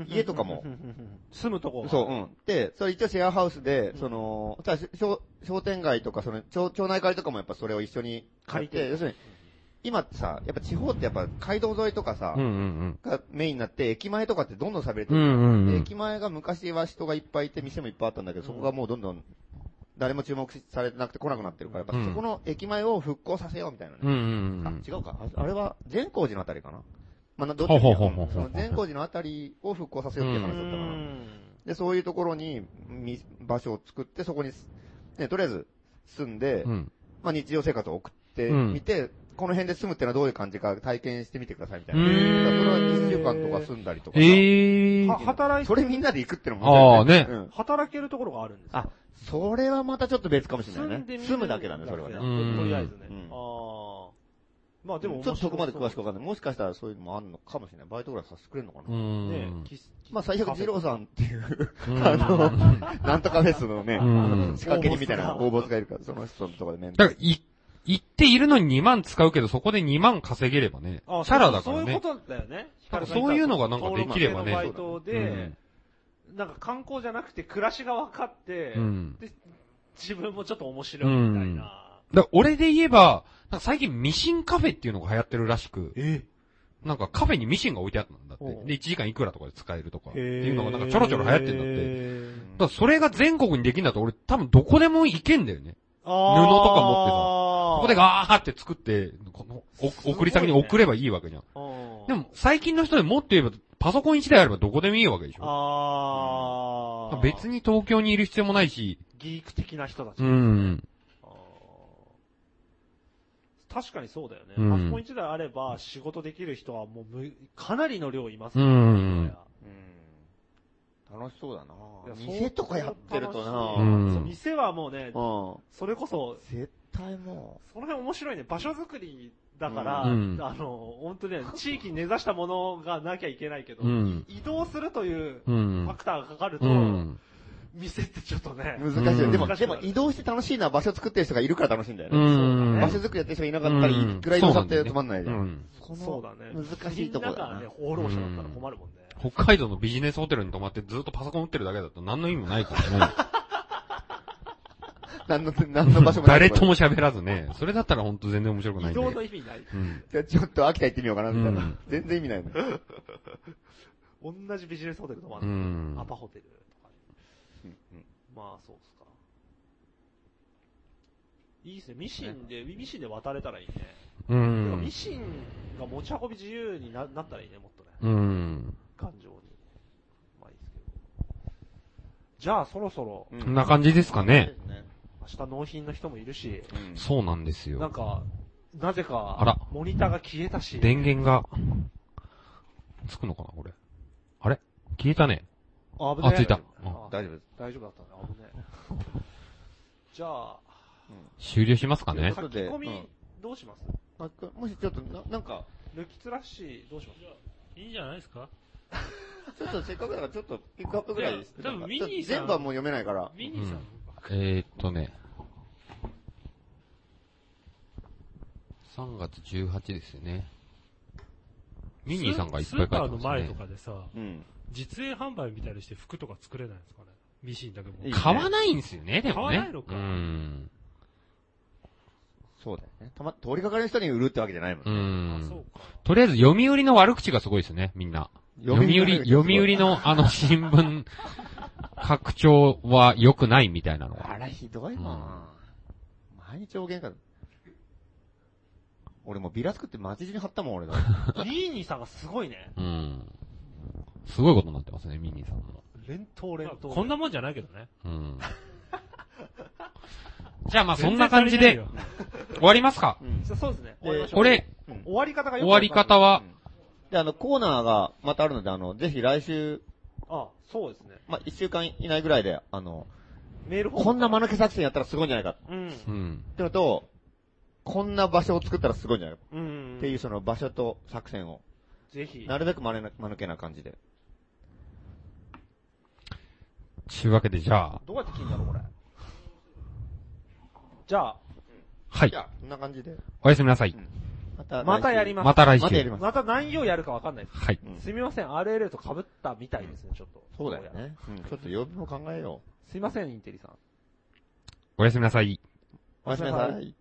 家とかも
うんうんうんうん。住むとこが
そう、うん。で、それ一応シェアハウスで
う、ん
その、じゃあし商商店街とか、その町、町内会とかもやっぱそれを一緒に
借りて
やって要するに、今ってさ、やっぱ地方ってやっぱ街道沿いとかさ、
うんうん
がメインになって、駅前とかってどんどん喋れて
うん。う
る
んうんう
で
ん。
駅前が昔は人がいっぱいいて、店もいっぱいあったんだけど、そこがもうどんどん誰も注目されてなくて来なくなってるから、やっぱ
うん
そこの駅前を復興させようみたいなね。
うんうんう
あ
ん。
違うか。ああれは善光寺のあたりかな。まあな、どっち
ほう
も
ほう
いい
ほうほう
よ
ほう
その善光寺のあたりを復興させようっていう話だったか
う
な。
ん
で、そういうところにみ場所を作って、そこにす、ね、とりあえず住んで、
うん。
まあ日常生活を送ってみて、この辺で住むってのはどういう感じか体験してみてくださいみたいな。
う
だから
ーん
それは2週間とか住んだりとかさ。
ええ
は
ー。
働い
そ
て、
れみんなで行くってのも面白い
あーね
うん
働けるところがあるんですか
あそれはまたちょっと別かもしれない
住
ね
んで。みる
住むだけだね、それはね。
うん
とりあえずね
うん。
ああ。まあで
でも、
も、
ちょっとそこまで詳しく
か
わかんない。もしかしたらそういうのもあるのかもしれない。バイトぐらいさせてくれるのか
う
な。
ん。
ねきす
まあ最悪、二郎さん っていう、
うん
あの、なんとかフェスのね、
うん
仕掛け人みたいな応募がいるから、その人のところで面
だから、い、行っているのに2万使うけど、そこで2万稼げればね。チ
あ
ャラだから
そうい
ね
う。ことだよね。
なんかそういうのがなんかできればね
登録制のバイトで、なんか観光じゃなくて暮らしが分かって
う、ん。
で、自分もちょっと面白いみたいな。
だから俺で言えば、なんか最近ミシンカフェっていうのが流行ってるらしく、
え
なんかカフェにミシンが置いてあったんだって。
おう
で、1時間いくらとかで使えるとか、っ
って
いうのがなんかちょろちょろ流行ってんだって。
て。
だからそれが全国にできんだと俺多分どこでも行けんだよね。布
布と
とか持ってさ
こ
ここでガーって作って、このお送り先に送ればいいわけじゃん。で
でも、
も最近の人でもっと言えば、パソコン1台あればどこでもいいわけでしょ。
ああ。
別
に。
に東京にいる必要もないし、
ギーク的な人たち。
うん。
あー確かにそうだよね。
うん
パソコン一台あれば仕事できる人はもうむかなりの量います
う
ね
ん
うん楽しそうだない
や
店とかやってるとな
う
うん
ん
そう店はもうね、
うん。
それこそ、
絶対も
その辺面白いね。場所づくりだから、
うん
あの、本当ね、地域に根ざしたものがなきゃいけないけど、
うん
移動するという
う
フ
ん
ァクターがかかると、
うん。
店ってちょっとね、
う、難しいよ。でも、
難し
で
くな
も
る
移動して楽しいのは場所作ってる人がいるから楽しいんだよ
う
ね。
ん。
場所作りやってる人がいなかった
う
り、
ん
いくら移動したってつまんないじ
う
ゃん。
ん。
この
そうだね。
難しいとこだ
みんなが
な
ね、。放浪者だったら困るもんね。
北海道のビジネスホテルに泊まってずっとパソコン打ってるだけだと何の意味もないからね。
何の、何の場所もない
誰とも喋らず ね。それだったら本当全然面白くないん
移
だ
動
け
の
ど。
意味ない。
うん。
じゃあちょっと秋田行ってみようかな、みたいな。
うん
全然意味ないの。
同じビジネスホテルともあ
う
る、
ん
ア。パホテルとかね、まあそうっすか。いいですね。ミシンで、ミシンで渡れたらいいね。
う
てかミ
ん。
シンが持ち運び自由にななったらいいね、もっとね。
うん。
感情に。まあいいですけど。じゃあそろそろ、
そんな感じですかね。
明日納品の人もいるし、
そうなんです
なん
よ。
か、なぜか、
あら
モニターが消えたし、
電源が、つくのかなこれ。あれ消えたね。
あ、
あ、ついた。うん
あ
大丈夫です。
大丈夫だったね。危ねえじゃあ、
終了しますかね
と
書き
で
込み
うん
どうします
あこもしちょっとな、なんか、
抜きつらしどうします
いいんじゃないですか
ちょっとせっかくだからちょっとピックアップぐらいです。
いや多分ミニーさん
ちょっと全部はもう読めないから。
ミニーさん。
えー、っとね。3月18ですね。ミニーさんがいっぱい書いて
スーパ
ま
ーの
す
前と
ね。
かでさ、
うん。
実演販売みたいにして服とか作れないんですかねミシンだけも。
いい
買わないんですよね、でもね。
買わないのか
うん。
そうだよね。たま、通りかかりの人に売るってわけじゃないもん
う。
あ、そ
ん。
うか。
とりあえず、読売の悪口がすごいですね、みんな。読売、読売のあの新聞、拡張は良くないみたいなの
あ
が。
ら、ひどいな、毎日大喧嘩俺もうビラ作って街中に貼ったもん、俺が。
ニーニーさんがすごいね。
うん。すごいことになってますね、ミニーさんも。
連投連
まあ
投。
こんなもんじゃないけどね。
うん。じゃあまあそんな感じ
全
で
然足りないよ
終わりますか
うん
そうですね。終わりましょう
これ、
終わり方がよ
終
くわか
わ
んない
り方は、
で、あの、コーナーがまたあるので、あの、ぜひ来週、
あ、そうですね。
まあ、一週間以内ぐらいで、あの、
メールフォーム
こんな間抜け作戦やったらすごいんじゃないかっ
うん。
うん。
てのと、こんな場所を作ったらすごいんじゃないか
うん。
っていうその場所と作戦を、
ぜひ。
なるべく間抜け間抜けな感じで。
ちゅうわけでじゃあ、
どうやって聞いたのこれ。じゃあ、
はい
じゃ。あ、こんな感じで。
おやすみなさい。
また来週、
またやります。
また来
またやり
週。
ます。
また何をやるかわかんないで
はい。
うん
す。すみません、RL と被ったみたいですね、ちょっと。
そうだよね。うん、ちょっと曜日も考えよ
すいません、インテリさん。
おやすみなさい。
う。おやすみなさい。